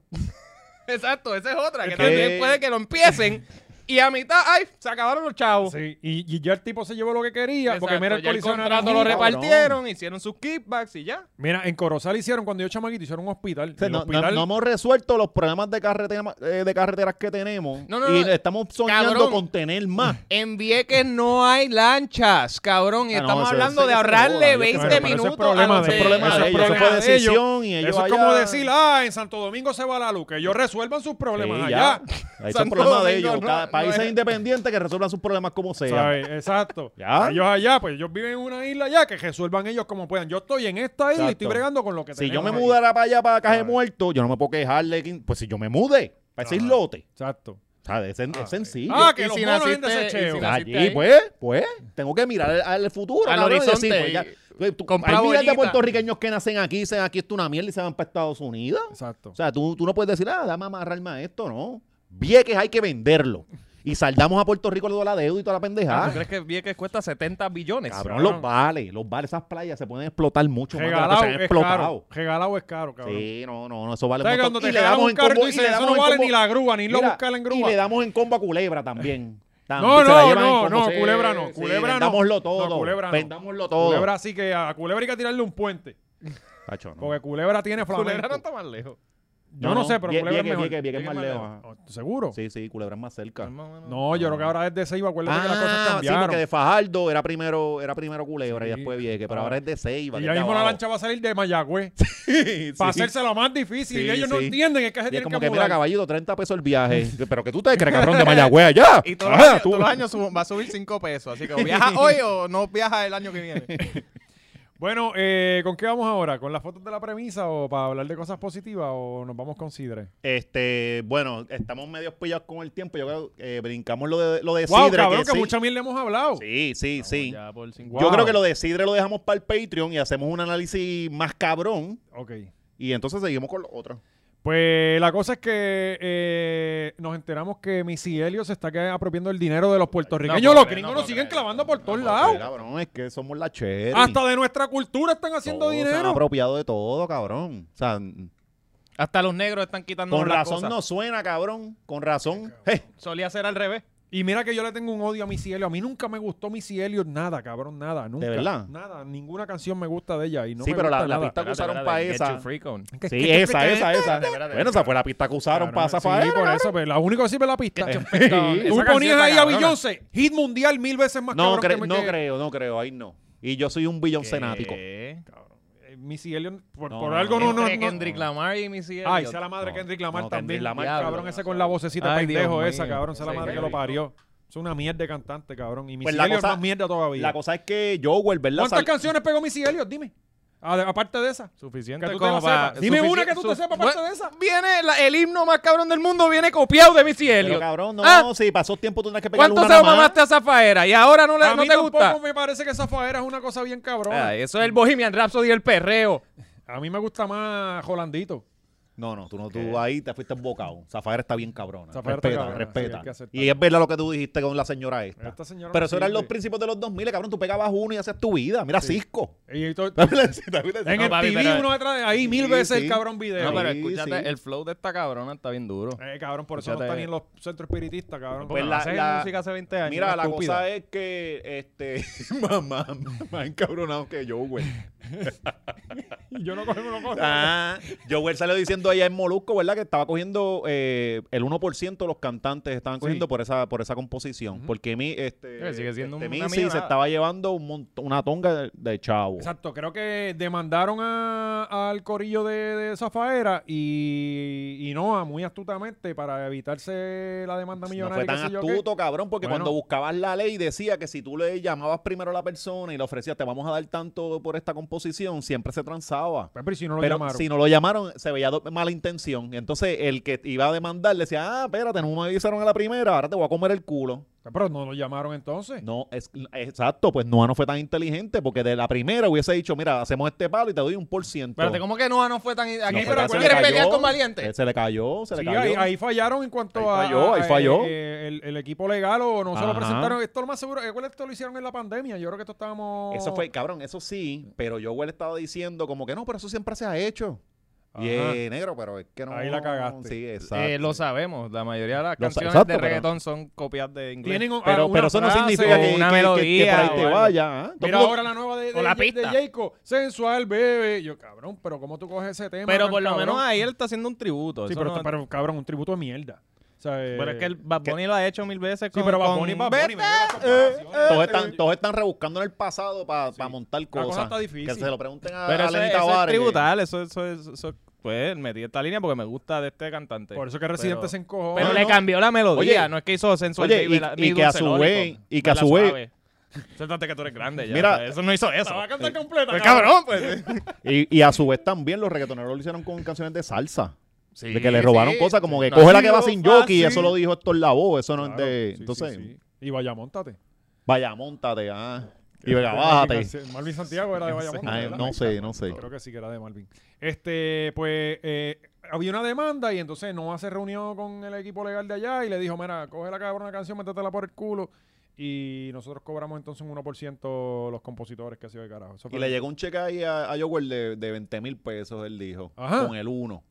D: Exacto, esa es otra. Que,
A: que-
D: también puede que lo empiecen y a mitad, ay, se acabaron los chavos.
B: Sí, y, y ya el tipo se llevó lo que quería,
D: Exacto,
B: porque mira el
D: ya el
B: coliseo
D: contrato
B: naranjito.
D: lo
A: cabrón.
D: repartieron, hicieron sus kickbacks y ya.
B: Mira, en Corozal hicieron, cuando yo chamaquito, hicieron un hospital.
A: O sea,
B: El
A: no, no-
B: hospital-
A: no hemos resuelto los problemas de, carretera, eh, de carreteras que tenemos
D: No, no,
A: y
D: no.
A: estamos soñando
D: Cabrón.
A: con tener más.
D: En Vieques no hay lanchas, cabrón. Y
A: Ah, no,
D: estamos
A: eso-
D: hablando
A: eso-
D: de
A: eso
D: ahorrarle
A: joda,
D: 20
A: yo creo, pero ese
B: es
D: minutos.
B: problema
D: a
B: de-
D: los-
A: es problema
B: eso
A: de
B: es
A: ellos, eso
B: problema
A: fue
B: de ellos.
A: decisión y ellos
B: Eso es como
A: allá-
B: decir, ah, en Santo Domingo se va la luz, que ellos resuelvan sus problemas
A: Sí,
B: allá.
A: Ahí está el
D: Santo
A: problema de
D: Domingo
A: ellos.
D: no-
A: Cada-
D: no
A: países
D: era.
A: independientes que resuelvan sus problemas como sea.
B: ¿Sabes? Exacto.
A: Ya.
B: Ellos allá, pues ellos viven en una isla allá, que resuelvan ellos como puedan. Yo estoy en esta isla y estoy
A: Exacto.
B: bregando con lo que
A: Si yo
B: tenemos
A: me
B: aquí.
A: mudara para allá, para Caje
B: Sabe.
A: Muerto, yo no me puedo quejarle. que- Pues si yo me mude, para ese
B: Ajá.
A: islote.
B: Exacto.
A: ¿Sabes? Es, sen- es sencillo.
B: Ah,
D: y
B: que los
D: si
B: monos en
D: naciste- y si
B: desecheo.
D: naciste-
A: Allí,
D: ahí.
A: pues, pues, tengo que mirar al, al futuro.
D: Al
A: cabrón, y
D: horizonte
A: decir, pues, ya,
D: y-
A: pues, tú-
D: compra
A: hay miles
D: bolita.
A: de puertorriqueños que nacen aquí, dicen aquí esto es una mierda y se van para Estados Unidos.
B: Exacto.
A: O sea, tú, tú no puedes decir, ah, dame amarrarme a esto, no. Vieques hay que venderlo. Y saldamos a Puerto Rico de la deuda y toda la pendejada.
B: Ah,
D: ¿Tú crees que Vieques cuesta 70 billones?
A: ¿Ah? Cabrón, los vales, los vales, esas playas se pueden explotar mucho más de lo que
B: Regalado
A: se han
B: es
A: explotado.
B: caro. Regalado es caro, cabrón.
A: Sí, no, no, no, eso vale
B: O sea, que
A: montón.
B: cuando te
A: Y le
B: regalan
A: damos
B: un
A: en
B: carro, tú
A: combo- y
B: dices,
A: le
B: eso
A: damos
B: no
A: en
B: vale
A: combo-
B: ni la grúa, ni irlo a
A: Mira,
B: buscar en
A: Y le
B: grúa.
A: damos en combo a culebra también.
B: No,
A: se la
B: no,
A: llevan
B: no,
A: como
B: no,
A: sea.
B: culebra no,
A: Sí,
B: culebra no.
A: vendámoslo
B: No,
A: todo.
B: culebra no.
A: vendámoslo todo.
B: Culebra, así que a Culebra hay que tirarle un puente.
A: Tacho, no.
B: Porque Culebra tiene flamenco.
D: Culebra no está más lejos.
B: Yo no, sé, pero
A: Vie-
B: Culebra es
A: Vieques-
B: mejor.
A: Vieques- Vieques es más lejos. ajá.
B: Oh, ¿Seguro?
A: Sí, sí, Culebra es más cerca.
B: No, yo creo que ahora es de Seiba. Acuérdate que las cosas
A: Ah, sí,
B: cambiaron.
A: porque de Fajardo era primero, era primero Culebra y
B: Sí.
A: después Vieques, pero
B: Ah.
A: ahora es de Ceiba.
B: y
A: que
B: ya
A: es de
B: mismo la
A: abajo.
B: lancha va a salir de Mayagüez.
A: Sí,
B: Para
A: sí.
B: hacerse la más difícil.
A: Sí,
B: y ellos no
A: sí.
B: entienden es que se
A: Y es
B: tienen
A: como
B: que,
A: que, mira,
B: mudar.
A: caballito, 30 pesos el viaje. ¿Pero que tú te crees, cabrón, de Mayagüez allá?
D: Y todos,
A: Ah,
D: los años,
A: tú-
D: todos los años subo- va a subir 5 pesos. Así que o viaja hoy o no viaja el año que viene.
B: Bueno, eh, ¿con qué vamos ahora? ¿Con las fotos de la premisa o para hablar de cosas positivas o nos vamos con Sidre?
A: Este, bueno, estamos medio pillados con el tiempo. Yo creo que eh, brincamos lo de, lo de
B: Wow,
A: Sidre.
B: cabrón,
A: que
B: que,
A: sí.
B: mucha miel le hemos hablado.
A: sí, sí, sí.
D: Ya por cinco-
A: Yo
B: Wow.
A: creo que lo de Sidre lo dejamos para el Patreon y hacemos un análisis más cabrón.
B: Ok.
A: Y entonces seguimos con lo otro.
B: Pues la cosa es que eh, nos enteramos que Missy Elliott se está que- apropiando el dinero de los puertorriqueños.
D: No puedo
B: los
D: creer,
B: gringos
D: no
B: nos
D: puedo
B: siguen
D: creer.
B: clavando por todos
A: Sí,
B: lados.
A: cabrón, es que somos la cherry.
B: Hasta de nuestra cultura están haciendo
A: Todos se han
B: dinero.
A: apropiado de todo, cabrón. O sea, n-
D: Hasta los negros están quitando
A: con
D: las
A: razón
D: cosas.
A: no suena, cabrón. Con razón. Eh,
D: Solía ser al revés.
B: Y mira que yo le tengo un odio a Missy Elliott. A mí nunca me gustó Missy Elliott nada, cabrón, nada. Nunca.
A: verdad?
B: Nada, ninguna canción me gusta de ella. Y no
A: sí,
B: me
A: pero la,
B: gusta
A: la
B: nada.
A: pista que usaron para esa.
B: Que-
A: Sí,
B: que-
A: esa,
B: que-
A: esa, esa. Bueno, esa fue la pista que usaron para esa
B: Claro,
A: faena,
B: Sí, por eso, pero la única que sirve es la pista. Tú
D: Esa
B: ponías
D: canción
B: ahí
D: está
B: a
D: cabrona.
B: Beyoncé, hit mundial mil veces más
A: No,
B: cabrón
A: cre-
B: que me
A: no
B: que-
A: creo, no creo, ahí no. Y yo soy un billoncénático.
B: Eh, Missy Elliott, por,
A: No,
B: por
A: no,
B: algo
A: no,
B: no, no,
D: Entre
B: no.
D: Kendrick Lamar y Missy Elliott.
B: Ay, sea la madre
A: No,
B: Kendrick Lamar
A: no,
B: también.
A: Kendrick Lamar,
B: cabrón,
A: cabrón,
B: ese con la vocecita
D: Ay,
B: pendejo
D: Dios
B: esa,
D: mío.
B: cabrón, sea la
D: Sí,
B: madre que
D: Kendrick.
B: lo parió. Es una mierda de cantante, cabrón. Y Missy
A: Pues la
B: Elliott es
A: cosa-
B: más mierda todavía.
A: La cosa es que Joel, ¿verdad?
B: ¿Cuántas
A: Sal-
B: canciones pegó Missy Elliott? Dime. A- Aparte de esa.
D: Suficiente
B: Que tú te
D: como
B: la
D: para-
B: sepas. Dime
D: sufici-
B: una que tú te
D: su-
B: sepas aparte de esa.
D: Viene la- el himno más cabrón del mundo, viene copiado de Missy
A: Pero
D: Elliott.
A: cabrón, no,
D: Ah.
A: si pasó tiempo tú tienes que pegar una
D: ¿Cuánto se lo
A: nada más.
D: mamaste a Zafaera? Y ahora no, le,
B: A
D: no
B: mí
D: te gusta.
B: tampoco me parece que esa faera es una cosa bien cabrona.
D: Ay, eso es el Bohemian Rhapsody y el perreo.
B: A mí me gusta más Jolandito.
A: No, no, tú no, tú ahí te fuiste embocado. Zafaera está bien cabrona.
B: Zafaera está
A: respeta,
B: cabrona, sí, hay que
A: respeta.
B: aceptar.
A: y es verdad lo que tú dijiste con la señora esta.
B: Esta señora
A: Pero
B: no
A: eso eran
B: sirve.
A: los principios de los 2000, cabrón. Tú pegabas uno y hacías tu vida. Mira, Cisco. Pues
B: Y todo- en
A: en
B: el
D: papi,
B: TV
D: pero-
B: uno detrás de ahí mil
A: Sí,
B: veces
A: sí.
B: el cabrón video.
D: No, pero
A: Sí,
D: escúchate,
A: sí.
D: el flow de esta cabrona está bien duro.
B: Eh, cabrón, por eso no
D: Escúchate.
B: están ni en los centros espiritistas, cabrón.
A: Pues
B: No,
A: la-
B: haces
A: la-
B: música hace 20 años.
A: Mira, la
B: estúpida.
A: cosa es que este mamá, más encabronado que Joel.
B: Yo no cojo no cojo.
A: Ah, Joel salió diciendo allá en Molusco, ¿verdad? Que estaba cogiendo eh, el 1% de los cantantes estaban cogiendo por esa por esa composición. Porque mi, este,
D: Eh, sigue siendo
A: este,
D: una
A: Missy se
D: millonada.
A: estaba llevando un mont- una tonga de, de chavo.
B: Exacto, creo que demandaron a- al corillo de, de Zafaera y, y Noah muy astutamente para evitarse la demanda
A: No
B: millonaria.
A: fue tan
B: qué sé yo qué.
A: astuto, cabrón, porque
B: Bueno.
A: cuando buscabas la ley decía que si tú le llamabas primero a la persona y le ofrecías te vamos a dar tanto por esta composición, siempre se transaba.
B: Pues, Pero ¿y si no lo
A: pero
B: llamaron.
A: si no lo llamaron, se veía do- mala intención. Entonces, el que iba a demandar le decía, ah, espérate, no me avisaron a la primera, ahora te voy a comer el culo.
B: Pero no lo llamaron entonces.
A: No, es, exacto, pues Noah no fue tan inteligente porque de la primera hubiese dicho, mira, hacemos este palo y te doy un por ciento.
D: Espérate, ¿cómo que Noah no fue tan... Aquí,
A: No,
B: pero
A: se
D: ¿tú
A: le
D: quieres
A: cayó,
D: pelear con Valiente?
A: Se le cayó, se le
B: Sí,
A: cayó.
B: ahí, ahí fallaron en cuanto a.
A: Ahí falló, ahí
B: a-
A: falló.
B: eh, el, el equipo legal o no se lo
A: Ajá.
B: presentaron. Esto lo más seguro. eh, ¿Cuál esto lo hicieron en la pandemia? Yo creo que esto estábamos.
A: Eso fue, cabrón, eso sí, pero yo le estaba diciendo como que no, pero eso siempre se ha hecho. Y
B: Ajá.
A: eh, negro, pero es que no.
B: Ahí la cagaste.
A: Sí, exacto.
D: Eh, lo sabemos, la mayoría de las
A: Lo sa-
D: canciones
A: exacto,
D: de
A: pero-
D: reggaetón son copias de inglés.
B: Tienen un-
A: pero,
B: alguna
A: pero eso no
B: frase
A: significa
B: o-
A: que,
D: una
A: que- que- que
D: melodía
A: por ahí
D: o
A: te
D: algo.
A: vaya. ¿eh? Todo
B: Mira
A: el mundo-
B: ahora la nueva de, de,
D: O la
B: de- de
D: pista.
B: Jayco, sensual bebé. Yo, cabrón, pero ¿cómo tú coges ese tema?
D: Pero
B: tan
D: por lo
B: cabrón?
D: menos ahí él está haciendo un tributo.
B: Sí,
D: eso
B: pero,
D: no-
B: pero, cabrón, un tributo de mierda. O sea, eh,
D: pero es que el Bad Bunny lo ha hecho mil veces
B: Sí,
D: con...
B: pero Bad
D: con- eh,
B: Bunny, Bad
D: Vete.
B: Bunny, me lleva las comparaciones.
A: todos, están, todos están rebuscando en el pasado para montar
B: cosa
A: cosas.
B: está difícil.
A: Que se lo pregunten a,
D: Pero
A: a
D: eso,
A: Lenny
D: es- eso es
A: Tavares, que-
D: tributal, eso, eso, eso, eso- Pues metí esta línea porque me gusta de este cantante.
B: Por eso que Residente
D: Pero-
B: se encojó.
D: Pero
A: No,
D: le
A: no.
D: cambió la melodía,
A: Oye,
D: no es que hizo sensual
A: oye,
D: Baby,
A: y-
D: la-
A: y
D: ni
A: que a
D: Dulce
A: su
D: Loli,
A: vez-
D: con-
A: y que a
D: la
A: su vez-
D: suave. Suéltate que tú eres grande ya.
A: Mira-
D: o sea, eso no hizo eso.
B: La va a cantar completa.
D: Pues cabrón, pues.
A: Y, y a su vez también los reggaetoneros lo hicieron con canciones de salsa.
D: Sí,
A: de que le robaron
D: sí.
A: cosas como que
D: No,
A: coge la
D: sí,
A: que va
D: lo
A: sin jockey y
D: fácil.
A: eso lo dijo Héctor Lavoe, eso no es
B: Claro,
A: de...
B: sí, sí,
A: entonces,
B: sí. Y vaya, montate.
A: vaya, montate, ah. Y venga, bájate.
B: Marvin Santiago era de Bayamón.
A: Ay,
B: ¿verdad?
A: no sé, no sé.
B: Creo que sí que era de Marvin. Este, pues eh, había una demanda y entonces Noah se reunió con el equipo legal de allá y le dijo, mira, coge la cabrona canción, métetela por el culo y nosotros cobramos entonces un 1% los compositores que ha sido de carajo. Eso
A: Y
B: fue-
A: le llegó un cheque ahí a, a Joel de, de 20 mil pesos, él dijo,
B: Ajá.
A: con el uno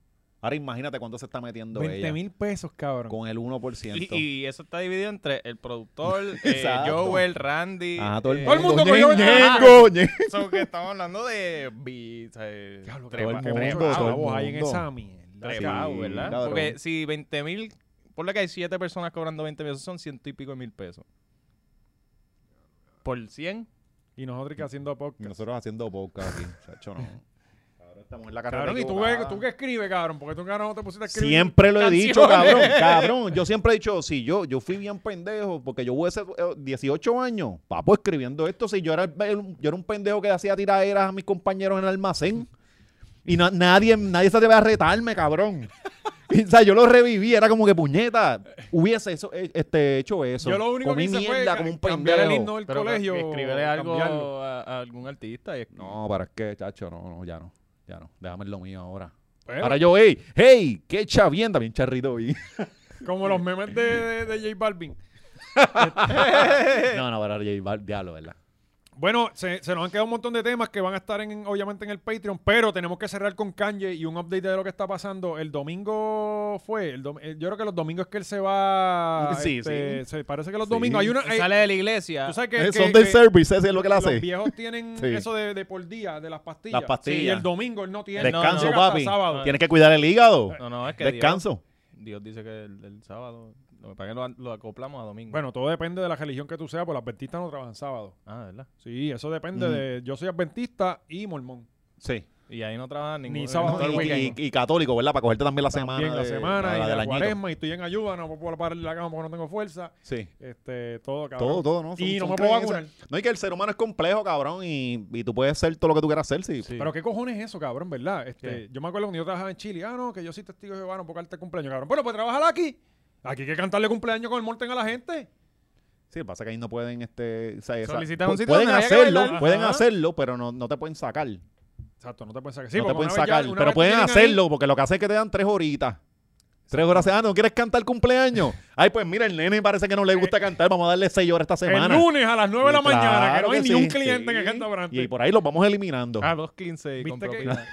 C: Ahora imagínate cuánto se está metiendo
B: 20
C: ella
B: mil pesos, cabrón.
C: con el 1%.
D: Y, y eso está dividido entre el productor, eh,
C: Exacto.
D: Joel, Randy.
C: Ajá, todo el
D: eh,
B: Todo el mundo
C: Ñe-
B: cogió-
C: Ñengo, Ñe-
D: So que estamos hablando de. bi- o sea, eh,
B: Diablo,
D: trepa-
C: todo el
D: que
C: mundo,
D: trepado,
C: todo el
B: Chavos, ahí en
C: mundo.
B: esa mierda.
C: Sí,
D: trepado, ¿verdad?
C: cabrón.
D: Porque si 20 mil. Ponle que hay 7 personas cobrando 20 pesos, son ciento y pico mil pesos. ¿Por 100?
B: Y nosotros que haciendo podcast.
C: Nosotros haciendo podcast aquí, chacho, no. Ahora estamos en la carrera
B: Cabrón, y tú que,
C: equivocada.
B: tú que escribes, cabrón, porque tú cabrón no te pusiste a escribir.
C: Siempre lo he
B: canciones.
C: dicho, cabrón, cabrón. Yo siempre he dicho, si yo, yo fui bien pendejo, porque yo hubiese eh, 18 años, papo, escribiendo esto, si yo era, el- yo era un pendejo que hacía tiraderas a mis compañeros en el almacén. Y na- nadie, nadie se atreve a retarme, cabrón. Y, o sea, yo lo reviví, era como que puñeta. Hubiese eso, eh, este, hecho eso.
B: Yo lo único
C: Comí
B: que hice fue
C: mierda
B: ca-
C: como un
B: cambiar el
C: pendejo.
B: himno del
D: Pero que-
B: colegio.
D: que escríbele
B: cambiarlo.
D: algo a, a algún artista. Y,
C: No, para qué, chacho, no, no, ya no. Ya no. Déjame en lo mío ahora.
B: Bueno.
C: Ahora yo, hey, hey, qué chavienda, bien charrito. Y...
B: Como los memes de, de, de J Balvin.
C: no, no, para J Bal- diablo, ¿verdad?
B: Bueno, se, se nos han quedado un montón de temas que van a estar en, obviamente en el Patreon, pero tenemos que cerrar con Kanye y un update de lo que está pasando. El domingo fue, el dom- eh, yo creo que los domingos es que él se va.
C: Sí,
B: este, se- parece que los
C: Sí.
B: domingos hay una. hay-
D: sale de la iglesia.
B: tú sabes que,
C: Eh,
B: que-
C: Son
B: que
C: de service, ese es lo que él
B: los
C: hace.
B: viejos tienen
C: Sí.
B: eso de, de por día, de las pastillas.
C: Las pastillas.
B: Sí, y el domingo él no tiene.
D: no,
C: Descanso,
B: llega hasta
C: papi.
B: sábado.
C: Tienes que cuidar el hígado.
D: No, no, es que.
C: Descanso.
D: Dios, Dios dice que el, el sábado. Lo que pasa es que lo, lo acoplamos a domingo.
B: Bueno, todo depende de la religión que tú seas, porque los adventistas no trabajan sábado.
D: Ah, ¿verdad?
B: Sí, eso depende
C: Ujú.
B: de. Yo soy adventista y mormón.
C: Sí.
D: Y ahí no trabaja ningún.
B: Ni sábado
D: todo el
B: ni-
D: weekend.
C: Y, y- y católico, ¿verdad? Para cogerte también la semana.
B: Bien, la
C: de-
B: semana
C: la-
B: y
C: la
B: la,
C: del añito.
B: cuaresma y estoy en ayuda, no puedo parar en la cama porque no tengo fuerza.
C: Sí.
B: Este, todo, cabrón.
C: Todo, todo, ¿no? Son-
B: Y no
C: son
B: me puedo
C: creencias.
B: vacunar.
C: No, y que el ser humano es complejo, cabrón, y, y tú puedes ser todo lo que tú quieras ser, sí.
D: Sí.
B: Pero qué cojones es eso, cabrón, ¿verdad? Este, yo me acuerdo cuando yo trabajaba en Chile, ah, no, que yo soy testigo de Jehová, no puedo cantarte cumpleaños, cabrón. Bueno, pues trabajar aquí. Aquí hay que cantarle cumpleaños con el morten a la gente.
C: Sí, pasa que ahí no pueden, este, o sea, esa-
D: Solicitar un
C: pu-
D: sitio
C: pueden
D: donde haya que
C: hacerlo,
D: bailar.
C: pueden
D: Ajá.
C: hacerlo, pero no, no te pueden sacar,
B: Exacto, no te pueden sacar. Sí,
C: no te
B: porque
C: pueden
B: una vez ya-
C: sacar,
B: una
C: pero
B: vez que
C: pueden
B: tienen ahí-
C: hacerlo, porque lo que hace es que te dan tres horitas, tres horas, ah, ¿no quieres cantar cumpleaños? Ay, pues mira, el nene parece que no le gusta cantar, vamos a darle seis horas esta
B: el
C: semana.
B: lunes a las 9 de la
C: Sí,
B: mañana, que
C: claro
B: no hay
C: que
B: ni un
C: sí.
B: cliente
C: Sí.
B: que canta durante.
C: Y por ahí los vamos eliminando.
D: Ah, 2.15 y con
B: ¿Viste que-
D: propina.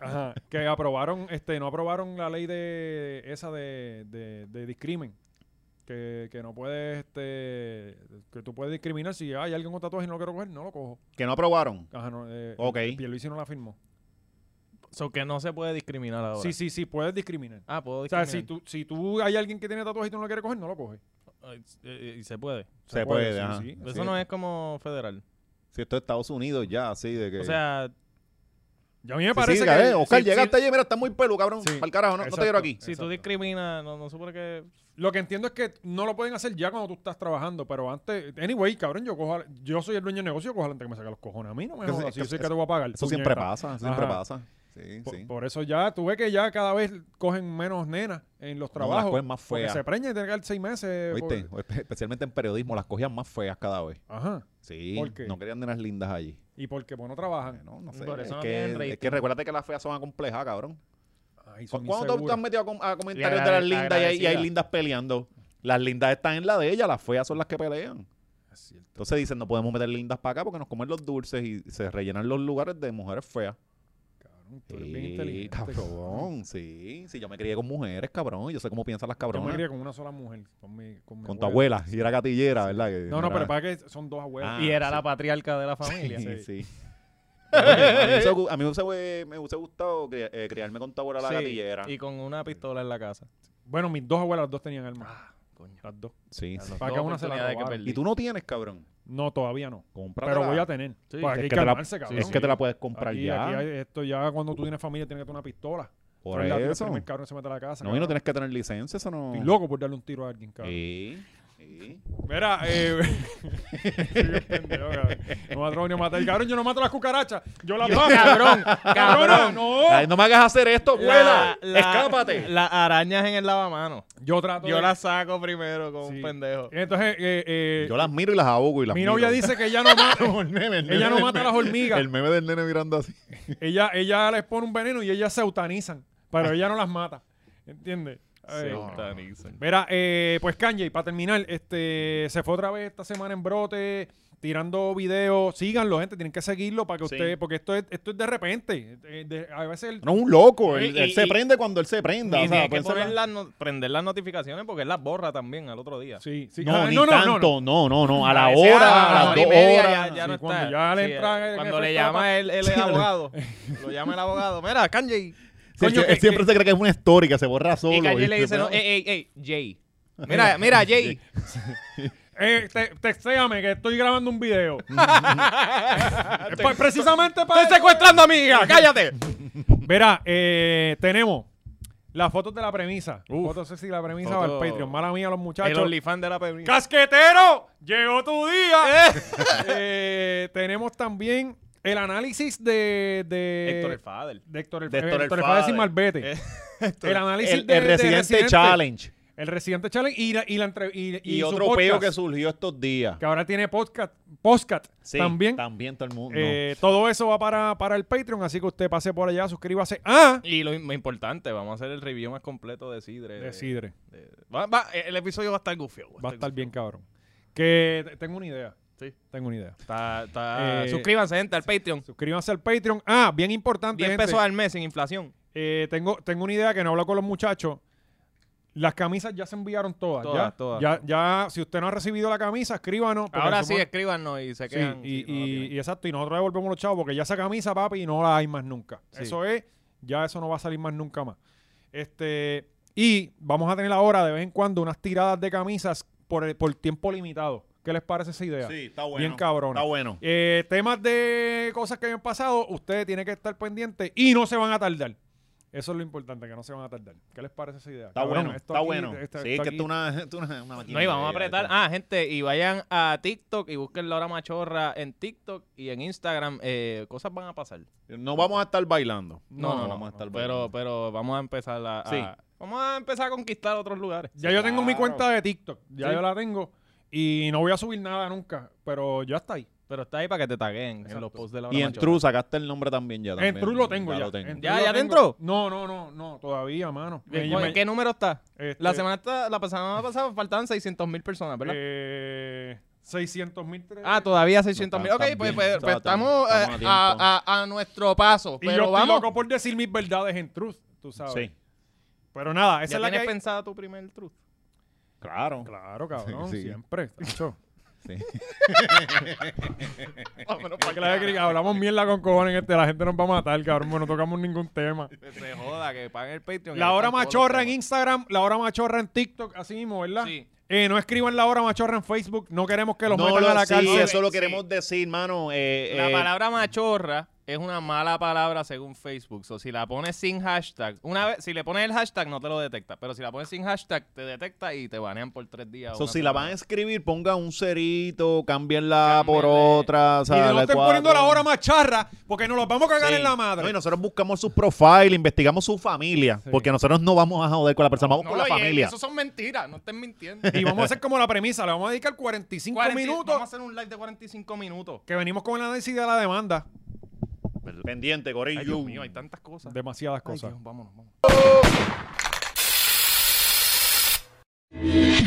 B: Ajá, que aprobaron, este, no aprobaron la ley de esa de, de, de discrimen. Que, que no puedes, este, que tú puedes discriminar si hay alguien con tatuaje y no lo quiero coger, no lo cojo.
C: Que no aprobaron.
B: Ajá, no, eh,
C: Ok.
B: Pierluisi no la firmó.
D: So que no se puede discriminar ahora.
B: Sí, sí, sí, puedes discriminar.
D: Ah, puedo
B: O sea,
D: discriminar.
B: si tú, si tú hay alguien que tiene tatuaje y tú no lo quieres coger, no lo coges.
D: Ay, eh, Y se puede.
C: Se, puede,
B: Pues sí,
C: ajá.
B: sí.
C: Así
D: Eso no es como federal.
C: Si esto es Estados Unidos ya, así de que...
D: O sea,
B: Y a mí me
C: Sí,
B: parece
C: sí,
B: que...
C: eh, Oscar,
B: sí,
C: llegaste
B: sí,
C: ayer, mira, está muy pelo, cabrón.
B: Sí.
C: Para carajo, no, no te
B: Exacto.
C: quiero aquí.
D: si
B: Exacto.
D: tú discriminas, no, no supone que.
B: Lo que entiendo es que no lo pueden hacer ya cuando tú estás trabajando, pero antes... Anyway, cabrón, yo cojo... a- yo soy el dueño del negocio, yo cojo a la gente que me saca los cojones. A mí no me
C: Que sí,
B: jodas, si
C: que
B: yo soy el
C: eso-
B: que te voy a pagar.
C: Eso siempre
B: puñeta.
C: pasa, eso siempre
B: Ajá.
C: pasa. Sí,
B: Por,
C: sí.
B: por eso ya, tú ves que ya cada vez cogen menos nenas en los trabajos.
C: cogen más
B: porque
C: feas.
B: se preña y tiene que dar seis meses.
C: ¿Viste?
B: por-
C: Espe- Especialmente en periodismo, las cogían más feas cada vez.
B: Ajá.
C: Sí,
B: ¿Por qué?
C: no querían nenas lindas allí.
B: Y porque pues no trabajan.
C: No, no sé.
D: Por eso
C: es,
D: no tienen
C: que, es
D: rating.
C: que recuérdate que las feas son acomplejadas, cabrón.
B: Ay, son
C: ¿Cuándo tú te
B: inseguras.
C: has metido a, com- a comentarios
D: Y
C: de las
D: agrade-
C: lindas y hay, y hay
D: agradecida.
C: lindas peleando? Las lindas están en la de ellas, las feas son las que pelean.
B: Es cierto.
C: Entonces dicen, no podemos meter lindas para acá porque nos comen los dulces y se rellenan los lugares de mujeres feas.
B: Cabrón, tú eres bien
C: Sí,
B: inteligente.
C: cabrón, sí. Sí, yo me crié con mujeres, cabrón. Yo sé cómo piensan las
B: Yo me
C: cabronas.
B: crié con una sola mujer. Con, mi, con, mi
C: Con tu abuela, y era gatillera, ¿verdad? Que
B: No, no,
C: era-
B: pero para que son dos abuelas.
C: Ah,
D: y era
C: sí.
D: la patriarca de la familia.
C: Sí,
B: Sí.
C: sí. a mí, me hubiese- a mí me hubiese, me hubiese gustado cri- eh, criarme con tu abuela la
D: Sí,
C: gatillera.
D: Y con una pistola en la casa.
B: Bueno, mis dos abuelas, las dos tenían armas.
D: Ah, Coño.
B: Las dos.
C: Sí, sí.
B: Para que
D: pues,
B: una se la robaron.
C: Y tú no tienes, cabrón.
B: No, todavía no.
C: Cómpratela.
B: Pero voy a tener.
D: Sí.
B: Pues aquí
C: Es
B: hay
C: que
B: que,
C: te la-
B: armarse, cabrón.
C: Es que te la puedes comprar
B: Aquí-
C: ya.
B: aquí hay- esto ya cuando tú tienes familia tienes que tener una pistola.
C: por
B: Pero es la- el
C: eso.
B: primer cabrón que se mete a la casa.
C: No, y no
B: cabrón.
C: tienes que tener licencia, eso no.
A: Ah.
B: Estoy loco por darle un tiro a alguien, cabrón.
C: Sí, sí.
B: Mira, eh, soy un pendejo, cabrón. no me atrevo ni a matar. Cabrón, yo no mato las cucarachas. Yo las mato.
D: Cabrón,
B: Cabrona,
D: cabrón.
B: no.
C: Ay, no me hagas hacer esto, abuela.
D: La- la-
C: Escápate.
D: Las arañas en el lavamano.
B: Yo trato.
D: Yo
B: de-
D: las saco primero con
B: Sí.
D: un pendejo.
B: Entonces, eh, eh,
C: Yo las miro y las ahogo y las
B: mi
C: miro.
B: novia dice que ella no mata.
C: El meme, el
B: ella no
C: meme,
B: mata a
C: el
B: las
C: meme.
B: hormigas.
C: El meme del nene mirando así.
B: ella, ella les pone un veneno y ellas se eutanizan. Pero ella no las mata. ¿Entiendes? A ver.
D: Satanizan.
B: Mira, eh, pues Kanye, para terminar, este se fue otra vez esta semana en brote. tirando videos. Síganlo, gente. Tienen que seguirlo para que
A: Sí.
B: ustedes. Porque esto es, esto es de repente. Eh, de- a veces el-
C: No es un loco.
D: Y-
C: Él, él
D: y-
C: se
D: y-
C: prende cuando él se prenda.
D: Y
C: o sea, pues,
D: tiene que
C: pueden ser las-
D: poner las no- prender las notificaciones porque él las borra también al otro día.
B: Sí, sí.
C: No,
B: Ah,
C: ni tanto. No no. no, A la
D: veces
C: hora, a
D: hora
C: las
D: y
C: dos
D: media
C: horas.
D: Ya, ya no
B: Sí, cuando
D: está.
B: ya le
D: Sí,
B: entra en
D: cuando
B: el
D: le
B: efecto
D: llama
B: tapa.
D: él, él es abogado. lo llama el abogado. Mira, Kanye.
C: Sí,
B: Coño,
C: él
B: que-
C: siempre se cree que es una historia, que se borra solo.
D: Y Kanye le
C: ¿viste?
D: dice,
A: eh,
D: no,
C: Pero-
D: ey, ey, ey, Jay. Mira, mira, Jay.
B: Eh, te- textéame que estoy grabando un video. Es pa- precisamente para.
D: Estoy secuestrando amiga, cállate.
B: Verá, eh, tenemos las fotos de la premisa. Fotos sexy de la premisa
D: Foto-
B: para el Patreon. Mala mía, los
D: El
B: muchachos.
D: OnlyFans de la permisa.
B: ¡Casquetero! ¡Llegó tu día! Eh, tenemos también el análisis de. de
D: Héctor el Fader.
B: de Héctor el,
C: De
B: eh,
C: Héctor el
B: Héctor el Fader sin
C: Fader.
B: malvete. el análisis
C: el,
B: de,
C: el
B: de
C: Residente
B: Residente.
C: Challenge.
B: El Residente Challenge y, la- y, la entre- y,
C: Y,
B: y su
C: otro peo
B: podcast,
C: que surgió estos días.
B: que ahora tiene podcast, podcast
C: Sí,
B: también.
C: También todo el mundo.
B: Eh, Todo eso va para, para el Patreon, así que usted pase por allá, suscríbase a
D: Y lo im- lo importante, vamos a hacer el review más completo de Sidre. de-
B: de Sidre.
D: de- va- va- el episodio va a estar gufio.
B: Va a estar bien cabrón. Que te- tengo una idea.
D: Sí.
B: Tengo una idea.
D: Está- está-
B: Eh,
D: suscríbanse, gente, al Patreon.
B: Suscríbanse al Patreon. Ah, bien importante.
D: 10
B: gente.
D: pesos al mes sin inflación.
B: Eh, tengo, tengo una idea que no hablo con los muchachos. Las camisas ya se enviaron todas.
D: Todas,
B: ya,
D: todas.
B: Ya, ya, si usted no ha recibido la camisa, escríbanos. porque
D: Ahora sí,
B: somos-
D: escríbanos y se
B: Sí, y,
D: quedan. si no la
B: y-
D: tienen.
B: y exacto, y nosotros devolvemos los chavos, porque ya esa camisa, papi, no la hay más nunca.
D: Sí.
B: Eso es, ya eso no va a salir más nunca más. Este, y vamos a tener ahora de vez en cuando unas tiradas de camisas por, el- por tiempo limitado. ¿Qué les parece esa idea?
C: Sí, está bueno.
B: Bien cabrona.
C: Está bueno.
B: Eh, temas de cosas que hayan pasado, ustedes tienen que estar pendientes y no se van a tardar. Eso es lo importante, que no se van a tardar. ¿Qué les parece esa idea?
C: Está
B: Cabrón,
C: bueno,
B: esto
C: está
B: aquí,
C: bueno.
B: esto-
C: sí,
B: esto
C: es que
B: aquí-
C: tú una, tú una, una máquina
D: No, y vamos a
C: de-
D: apretar. Ah, gente, y vayan a TikTok y busquen la hora machorra en TikTok y en Instagram. eh, cosas van a pasar.
C: No vamos a estar bailando.
D: No, no, no.
C: vamos a estar
D: pero, pero vamos a empezar a, a-
C: Sí.
D: Vamos a empezar a conquistar otros lugares.
B: Ya yo tengo mi
C: claro.
B: cuenta de TikTok, ya
D: Sí.
B: yo la tengo y no voy a subir nada nunca, pero ya está ahí.
D: Pero está ahí para que te taguen en los posts de la hora
C: Y en
D: machorra.
C: True sacaste el nombre también ya. También.
B: en True lo tengo ya.
C: lo tengo.
B: en True
D: Ya, Pues,
B: lo
D: ya
B: tengo.
D: dentro.
B: No, no, no, no, todavía, mano.
D: ¿En,
B: Me-
D: cu-
B: me-
D: en qué número está?
B: este,
D: La semana, está- la semana pasada faltaban 600 mil personas, ¿verdad?
B: eh, 600 mil.
D: ah, todavía 600 mil.
C: No,
D: ok,
C: está- está
D: pues,
C: bien.
D: pues-
C: Está-
D: pues
C: está-
D: estamos, eh,
C: estamos a
D: a, a- a nuestro paso.
B: Y
D: pero
B: yo estoy
D: vamos.
B: loco por decir mis verdades en Truth, tú sabes.
C: Sí,
B: Pero nada, esa
D: ¿Ya
B: es la que
D: tienes
B: hay.
D: pensada tu primer truth?
C: claro.
B: Claro, cabrón,
C: Sí, sí.
B: siempre. tacho.
C: Sí.
D: Vámonos
B: Es que la vez que hablamos mierda con cojones, este, la gente nos va a matar, cabrón, porque no tocamos ningún tema.
D: Que se joda, que paguen el Patreon.
B: La hora machorra en Instagram, la hora machorra en TikTok, así mismo, ¿verdad?
D: Sí.
B: Eh, no escriban la hora machorra en Facebook, no queremos que los
C: no
B: metan
C: lo,
B: a la
C: sí,
B: cárcel.
C: eso lo
D: Sí.
C: queremos decir, mano. Eh,
D: La
C: eh,
D: palabra machorra es una mala palabra según Facebook. So, si la pones sin hashtag, una vez, si le pones el hashtag no te lo detecta, pero si la pones sin hashtag te detecta y te banean por tres días. o
C: so,
D: una
C: si la van
D: semana.
C: a escribir, ponga un cerito, cámbienla por
D: Cámbiale.
C: otra. O
B: Y
C: sea,
B: no
C: la
B: estén
C: cuatro.
B: poniendo la hora macharra, porque nos los vamos a cagar
C: Sí.
B: en la
C: No,
B: madre.
C: y nosotros buscamos su profile, investigamos su familia, porque nosotros no vamos a joder con la persona, vamos
D: No,
C: por la
D: oye,
C: familia.
D: Eso son mentiras, no estén mintiendo.
B: Y vamos a hacer como la premisa, le vamos a dedicar 45
D: 40
B: minutos
D: Vamos a hacer un live de 45 minutos.
B: que venimos con el análisis de la demanda.
C: Pendiente, gorillo.
D: Ay, Dios mío, hay tantas cosas.
B: Demasiadas
D: Ay,
B: cosas.
D: Dios, vámonos, vámonos.